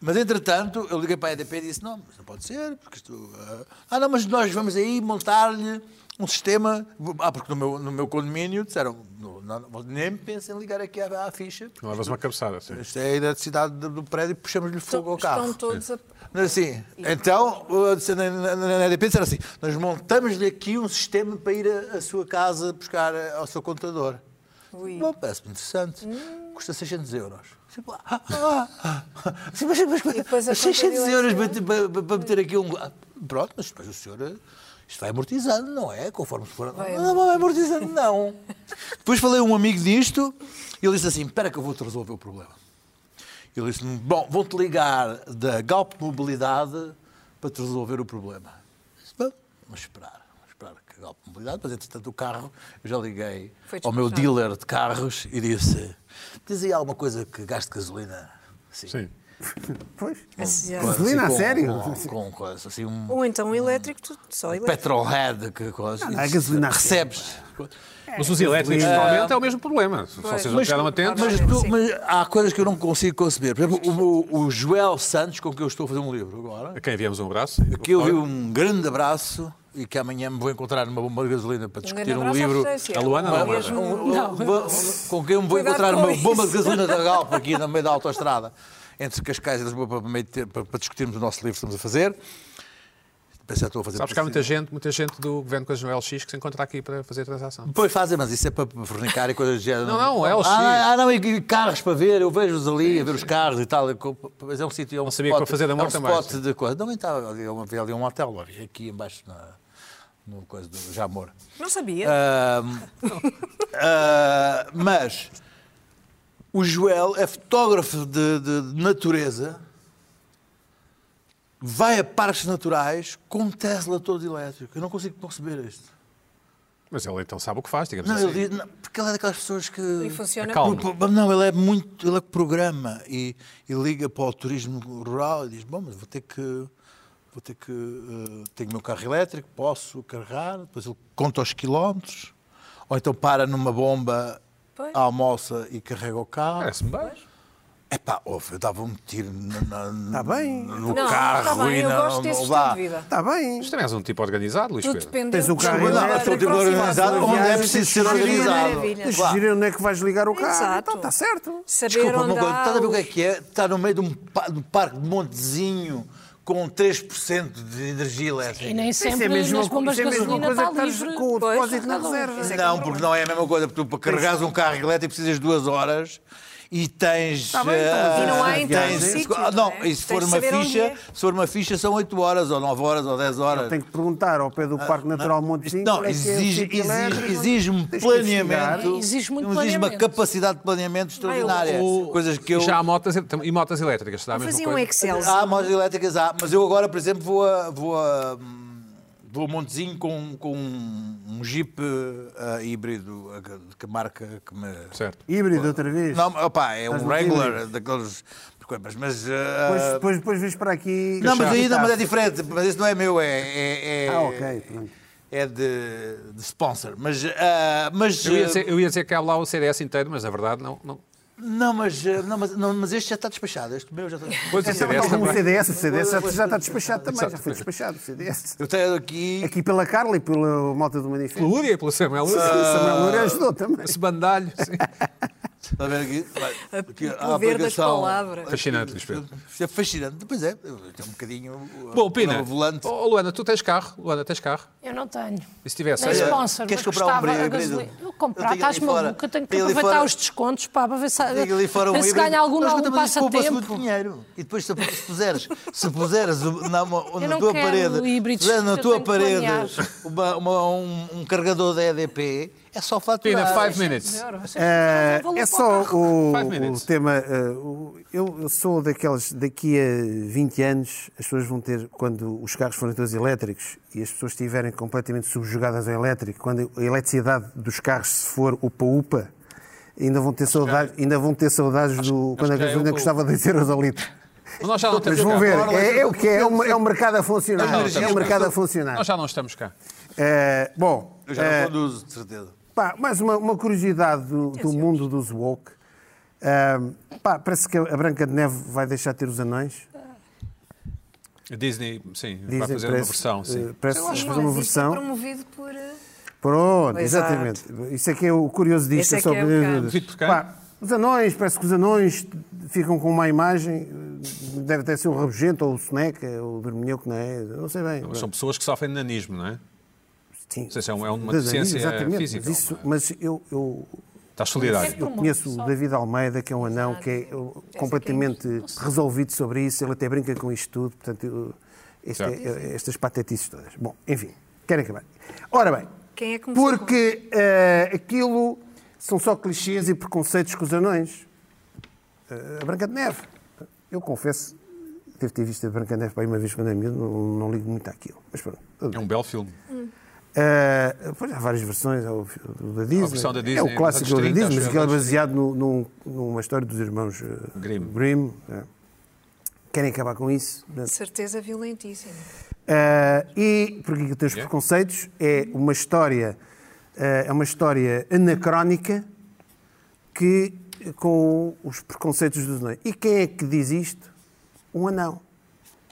Mas entretanto, eu liguei para a EDP e disse: não, mas não pode ser, porque isto. ah, Ah, não, mas nós vamos aí montar-lhe um sistema. Ah, porque no meu, no meu condomínio disseram: não, não, não, nem pensem em ligar aqui à, à ficha. Não levas uma cabeçada, sim. Isto é a eletricidade do, do prédio e puxamos-lhe fogo ao carro. Estão todos a... Assim, então, o- disse- na, na, na- na EDP disseram assim: nós montamos-lhe aqui um sistema para ir à sua casa buscar eh, ao seu contador. Ui. Hum. Bom, parece-me interessante. Custa 600 euros. Tipo, ah, ah, ah. Sim, mas, mas- mas- depois a mas 600 contabilidade euros para, para- para- para meter aqui um. Ah, Pronto, mas depois o senhor. eh, Isto vai amortizando, não é? Conforme se for. Vai. Não, não vai amortizando, não. depois falei a um amigo disto e ele disse assim: espera que eu vou-te resolver o problema. Ele disse-me: Bom, vão-te ligar da Galp Mobilidade para te resolver o problema. Eu Disse, Bom, vamos esperar, vamos esperar que a Galp Mobilidade, mas entretanto o carro, eu já liguei Foi ao meu despachado. dealer de carros e disse: Diz aí alguma coisa que gaste gasolina. Sim. Sim. Pois. Assim, já- Coisa Gasolina, assim, a com- sério? Com, com coisa assim, um Ou então elétrico, tudo só elétrico. petrolhead, que coisa. não, é gasolina a Recebes. Mas os elétricos, normalmente, é o mesmo problema. Se vocês não estiveram atentos... Mas, Sim. tu- mas há coisas que eu não consigo conceber. Por exemplo, o, o- o Joel Santos, com quem eu estou a fazer um livro agora, A quem enviamos um abraço. que eu vi um grande abraço e que amanhã me vou encontrar numa bomba de gasolina para Um discutir grande um, abraço à livro. Patrícia. A Luana não, Um beijo. Um- Com quem me vou Cuidado encontrar com uma isso. bomba de gasolina da Galpa aqui no meio da autoestrada, entre Cascais e Lisboa, para, meio ter- para- para discutirmos o nosso livro que estamos a fazer. Pensei, estou a fazer Sabes que há muita gente, muita gente do governo com as no LX que se encontra aqui para fazer transação. Pois fazem, mas isso é para fornicar e coisas do género. Não, não, é o X. Ah, ah, não, e- e carros para ver, eu vejo-os ali, a ver os carros e tal. e co- Mas é um sítio, é um Não sabia spot, que para fazer de amor é um também. spot de coisa. Não, estava ali, eu vi ali um hotel, lá, aqui embaixo, na, no coisa do Jamor. Não sabia. Ahm, ah, mas o Joel é fotógrafo de, de- de natureza, vai a parques naturais com um Tesla todo elétrico. Eu não consigo conceber isto. Mas ele então sabe o que faz, digamos Não, assim. ele diz, não, porque ele é daquelas pessoas que. E funciona Calma. Pro- pro- Não, ele é muito. Ele é que programa e, e liga para o turismo rural e diz: Bom, mas vou ter que. Vou ter que. eh, tenho o meu carro elétrico, posso carregar. Depois ele conta os quilómetros. Ou então para numa bomba, Pois. almoça e carrega o carro. Parece-me bem. Epá, ouve, eu dava um tiro na, na- É. Tá bem. no Não, carro está bem, e eu na, gosto desse estilo lá. de vida. Está bem. Mas também és um tipo organizado, Luís Tudo Pedro. depende Tens um do- carro da- elétrico, da sou tipo próxima organizado, pessoa. onde é Viagens, preciso ser tens de gerir- organizado. Maravilha. Tens de Vá. gerir onde é que vais ligar o carro. Exato. Está certo. Saber Desculpa, onde uma coisa, há um- estás a ver o os- que é que é? Está no meio de um, pa- de um parque de montezinho com 3% de energia E elétrica. nem sempre nas bombas de isso é a mesma gasolina coisa está que estás livre. com o Pois, depósito na não, isso é reserva. que- Não, porque não é a mesma coisa, porque tu para carregares um carro elétrico precisas de duas horas e tens. Tá bem, então, ah, e não há em todo tens- sítio, ah, não é? Não, e Tens se for de uma saber onde ficha, é. se for uma ficha são 8 horas, ou 9 horas, ou 10 horas. Tenho que perguntar ao pé do Parque Natural Montezinho. Ah, Não, qual é que é o exige, sítio elétrico. exige, exige um Tens que planeamento. investigar. Exige muito exige uma planeamento. capacidade de planeamento extraordinária. Coisas que eu. E já há motas, e motas elétricas, será a mesma Fazia coisa? um Excel. Há motos elétricas, há. Mas eu agora, por exemplo, vou a, vou a, hum, vou a Montezinho com, com um, um Jeep eh, híbrido eh, que- que marca que me... Certo. Híbrido outra vez. Não, opá, é Estás um no Wrangler, daqueles... Mas, mas, eh, Depois, depois, depois vens para aqui. não, mas aí não, mas é Tá. diferente. Mas isso não é meu, é... é, é Ah, ok. pronto. é de, de sponsor. Mas, ah, mas, Eu ia, dizer, eu ia dizer que há lá o CDS inteiro, mas na verdade não. não. não, mas, ah, não, mas, não, mas este já está despachado. Este meu já está Pois o Tal CDS como o também. CDS, o CDS já, já está despachado também, já foi despachado o CDS. Eu tenho aqui. Aqui pela Carla e pela malta do Manifesto. Pelo Lúria e pelo Samuel Ah, Lúria. Samuel Loureiro ajudou também. Esse bandalho. sim. Está a ver aqui? Vai, aqui o poder das palavras. Fascinante, Luís Pedro. É fascinante. Pois é, é um bocadinho. uh, Bom, Pina. ao volante. Oh, Luana, tu tens carro. Luana, tens carro. Eu não tenho. E se tivesse? Nem Olha, sponsor, queres mas comprar um gostava a brilho, querido? gasolina. Eu Eu comprar, tenho ali estás fora- maluco, eu tenho que tenho ali aproveitar fora- os descontos pá, para ver se, Diga ali fora um ver se híbrido. ganha algum, Mas algum também isso poupa-se muito passatempo. dinheiro. E depois, se se puseres, se puseres o- na, mo- na não tua quero parede, híbridos, puseres na eu tua tenho que parede planear. uma- uma- um, um carregador da EDP, é só Pina, faturar. five minutes. Eh, É, é só o, Five minutes. o tema. eh, o- eu, eu sou daqueles. Daqui a 20 anos, as pessoas vão ter. Quando os carros forem todos elétricos e as pessoas estiverem completamente subjugadas ao elétrico, quando a eletricidade dos carros se for upa-upa, ainda vão ter saudades, ainda vão ter saudades do. Quando a é. que é gasolina upa-upa. custava 2 euros ao litro. Mas nós já não Mas temos vão ver. carro. É, é o que é. É um, é um mercado a funcionar. Nós já não É um mercado a funcionar. Nós já não estamos cá. Eh, bom. Eu já eh, não conduzo, de certeza. Pá, mais uma, uma curiosidade do, do mundo dos woke. Ahm, pá, parece que a Branca de Neve vai deixar de ter os anões. A Disney, sim, Dizem, vai fazer uma parece, versão, sim. eh, Parece Eu acho fazer uma mais isto é versão. promovido por. eh, Pronto, Exato. exatamente. Isso é que é o curioso disto. Esse é que sobre- é um bocado. Duvido por quem? Pá, os anões, parece que os anões ficam com má imagem. Deve até ser o rabugento, ou o soneca, ou o dorminhoco, não é? Não sei bem. São pessoas que sofrem de nanismo, não é? Sim. sei se é um- é uma Das deficiência anões, exatamente, física, é? Mas, isso- uma- mas eu- eu, Estás solidário. Eu conheço o David Almeida, que é um anão que é uh, completamente resolvido sobre isso, ele até brinca com isto tudo, portanto, eu- este é- é- estas patetices todas. Bom, enfim, querem acabar. Ora bem, Quem é que começou porque eh, aquilo são só clichês e preconceitos com os anões. Eh, a Branca de Neve. Eu confesso, devo ter visto a Branca de Neve para aí uma vez quando é miúdo, não, não ligo muito àquilo. Mas pronto, tudo É bem. um belo filme. Eh, pois há várias versões, há o o da Disney. versão da É Disney, o clássico dos anos da 30, Disney, mas acho aquilo eu, é dos anos baseado no- num- numa história dos irmãos eh, Grimm. é. Querem acabar com isso? de certeza violentíssima. Eh, e porque eu tenho os Yeah. preconceitos, é uma história, eh, é uma história anacrónica que com os preconceitos dos anões. E quem é que diz isto? Um anão.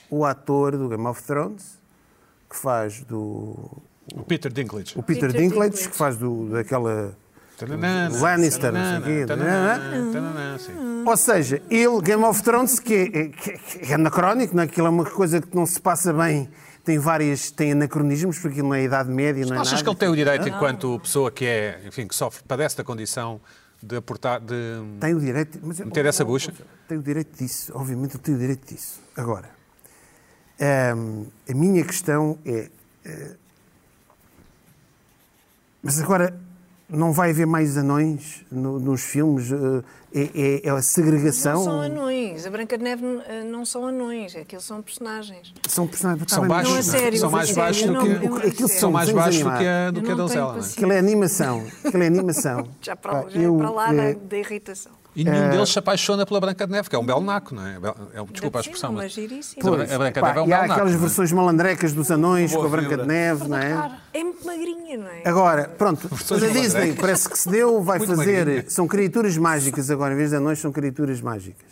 O ator do Game of Thrones, que faz do O Peter Dinklage. o Peter, Peter Dinklage, Dinklage. que faz do, daquela. Tananana, Lannister, não sei o quê, tananana, tananana. tananana, sim. Ou seja, ele, Game of Thrones, que é, que- que é anacrónico, não é? aquilo é uma coisa que não se passa bem. Tem várias, tem anacronismos, porque aquilo não é Idade Média, não é Achas nada. que ele tem o direito, enquanto pessoa que é, enfim, que sofre, padece da condição de aportar, de Tem o direito. Mas eu- meter essa bucha? Tenho o direito disso, obviamente eu tenho o direito disso. Agora, hum, a minha questão é. eh, mas agora não vai haver mais anões no- nos filmes? Eh, é, é- é a segregação? Não são anões. A Branca de Neve eh, não são anões. Aquilo são personagens. São personagens. Tá São bem, mas- baixos, Não, a sério, são a mais sério, baixos eu do não- que, eu não aquilo são são mais desenhos baixos do que a, do Eu que a não tenho donzela, não é? paciência. Aquilo é animação. Aquilo é animação. Já para, Pá, já é eu, para lá eh, da, da irritação. E nenhum deles se apaixona pela Branca de Neve, que é um belo naco, não é? É bel- É um, desculpa a Sim, expressão, não, mas... mas giríssimo. Pois. A Branca de Neve é um e há belo naco, aquelas não é? versões malandrecas dos anões Boa com a Branca fibra. de Neve, não é? É muito magrinha, não é? Agora, pronto, mas a Disney malandrecas. parece que se deu, vai Muito fazer. magrinha. São criaturas mágicas agora, em vez de anões, são criaturas mágicas.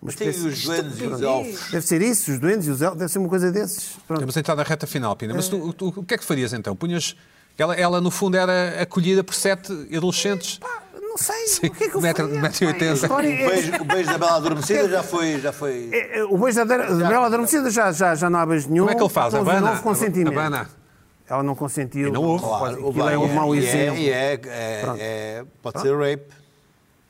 Mas Tem parece- os duendes e os Estupidez. elfos. deve ser isso, os duendes e os elfos, deve ser uma coisa desses. Pronto. Vamos entrar na reta final, Pina. Mas Eh. tu, tu- o que é que farias então? Punhas. Ela, ela, no fundo, era acolhida por sete adolescentes. Não sei, o que é que eu metro- faria? metro e oitenta. A história O é- beijo, o beijo da Bela Adormecida já foi. Já foi... é- é- O beijo da da- da Bela Adormecida já, já, já não há beijo nenhum. Como é que ele faz? Houve um Abana? novo consentimento. Abana. Ela não consentiu. não houve. Claro, Aquilo o bem, é um e mau e exemplo. e é, é- é- pode ser rape.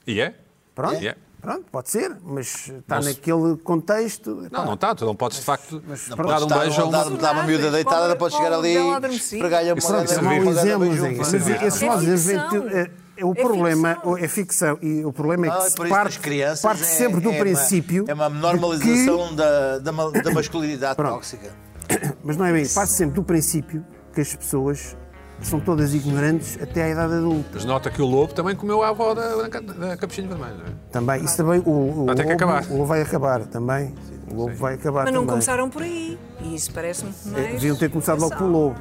E é? Pronto, E é? pronto, pode ser, mas está Não se- naquele contexto. Não, Epá, não está. Tu não podes, de facto, Pode dar um estar- Então, beijo a dar, uma. dar uma miúda deitada, ela pode chegar ali Bela adormecida. para ganhar uma Isso não Isso é Isso um mau servir para exemplo. beijinho, Zé. para Mas servir. esse É mau ficção. exemplo é- é o É problema ficção. é ficção e o problema é que Ah, se por isso parte, as crianças parte é- sempre do é uma- princípio é uma de que- normalização da, da, ma- da masculinidade tóxica. mas não é bem parte sempre do princípio que as pessoas são todas ignorantes até à idade adulta Mas nota que o lobo também comeu a avó da, Branca- da Capuchinha Vermelha, não é? também isso também o, o, Vai ter que lobo- acabar. o lobo vai acabar também o lobo vai acabar Mas não também. começaram por aí. E isso parece-me mais. deviam ter começado logo pelo lobo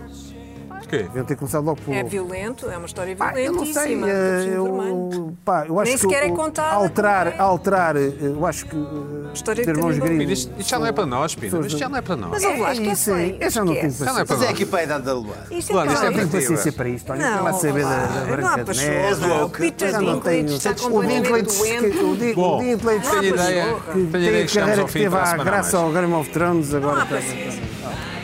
Porquê? Deviam ter começado logo por. É violento, é uma história Pá, Ah, eu não violentíssima. sei. do eh, Peixinho Vermelho. Eu, pá, eu acho Nem que sequer é o- contada Alterar, como é. alterar, eh, eu acho que. eh, História os irmãos terrível. Grimm Pina, isto, isto já não é para nós, Pina. Isto já não é para nós. Mas eu acho que é isso aí. feio. Eu já não tenho Esquece. Já não é paciência. para Mas é nós. aqui para a idade da Luana. Isto Claro, é isto é Não claro. tenho Tentativas. paciência para isto. Olha, Não, não, vá saber da, lá. da não há Branca de pessoas. Neve. não. O Peter Já não Dinklage tenho. está O completamente Dinklage, que- o doente. Di- Bom, o Dinklage tenho que- ideia- que tenho ideia que tem a chegamos carreira ao que fim para teve a à semana a graça mais. ao Game of Thrones, Não há agora está- paciência.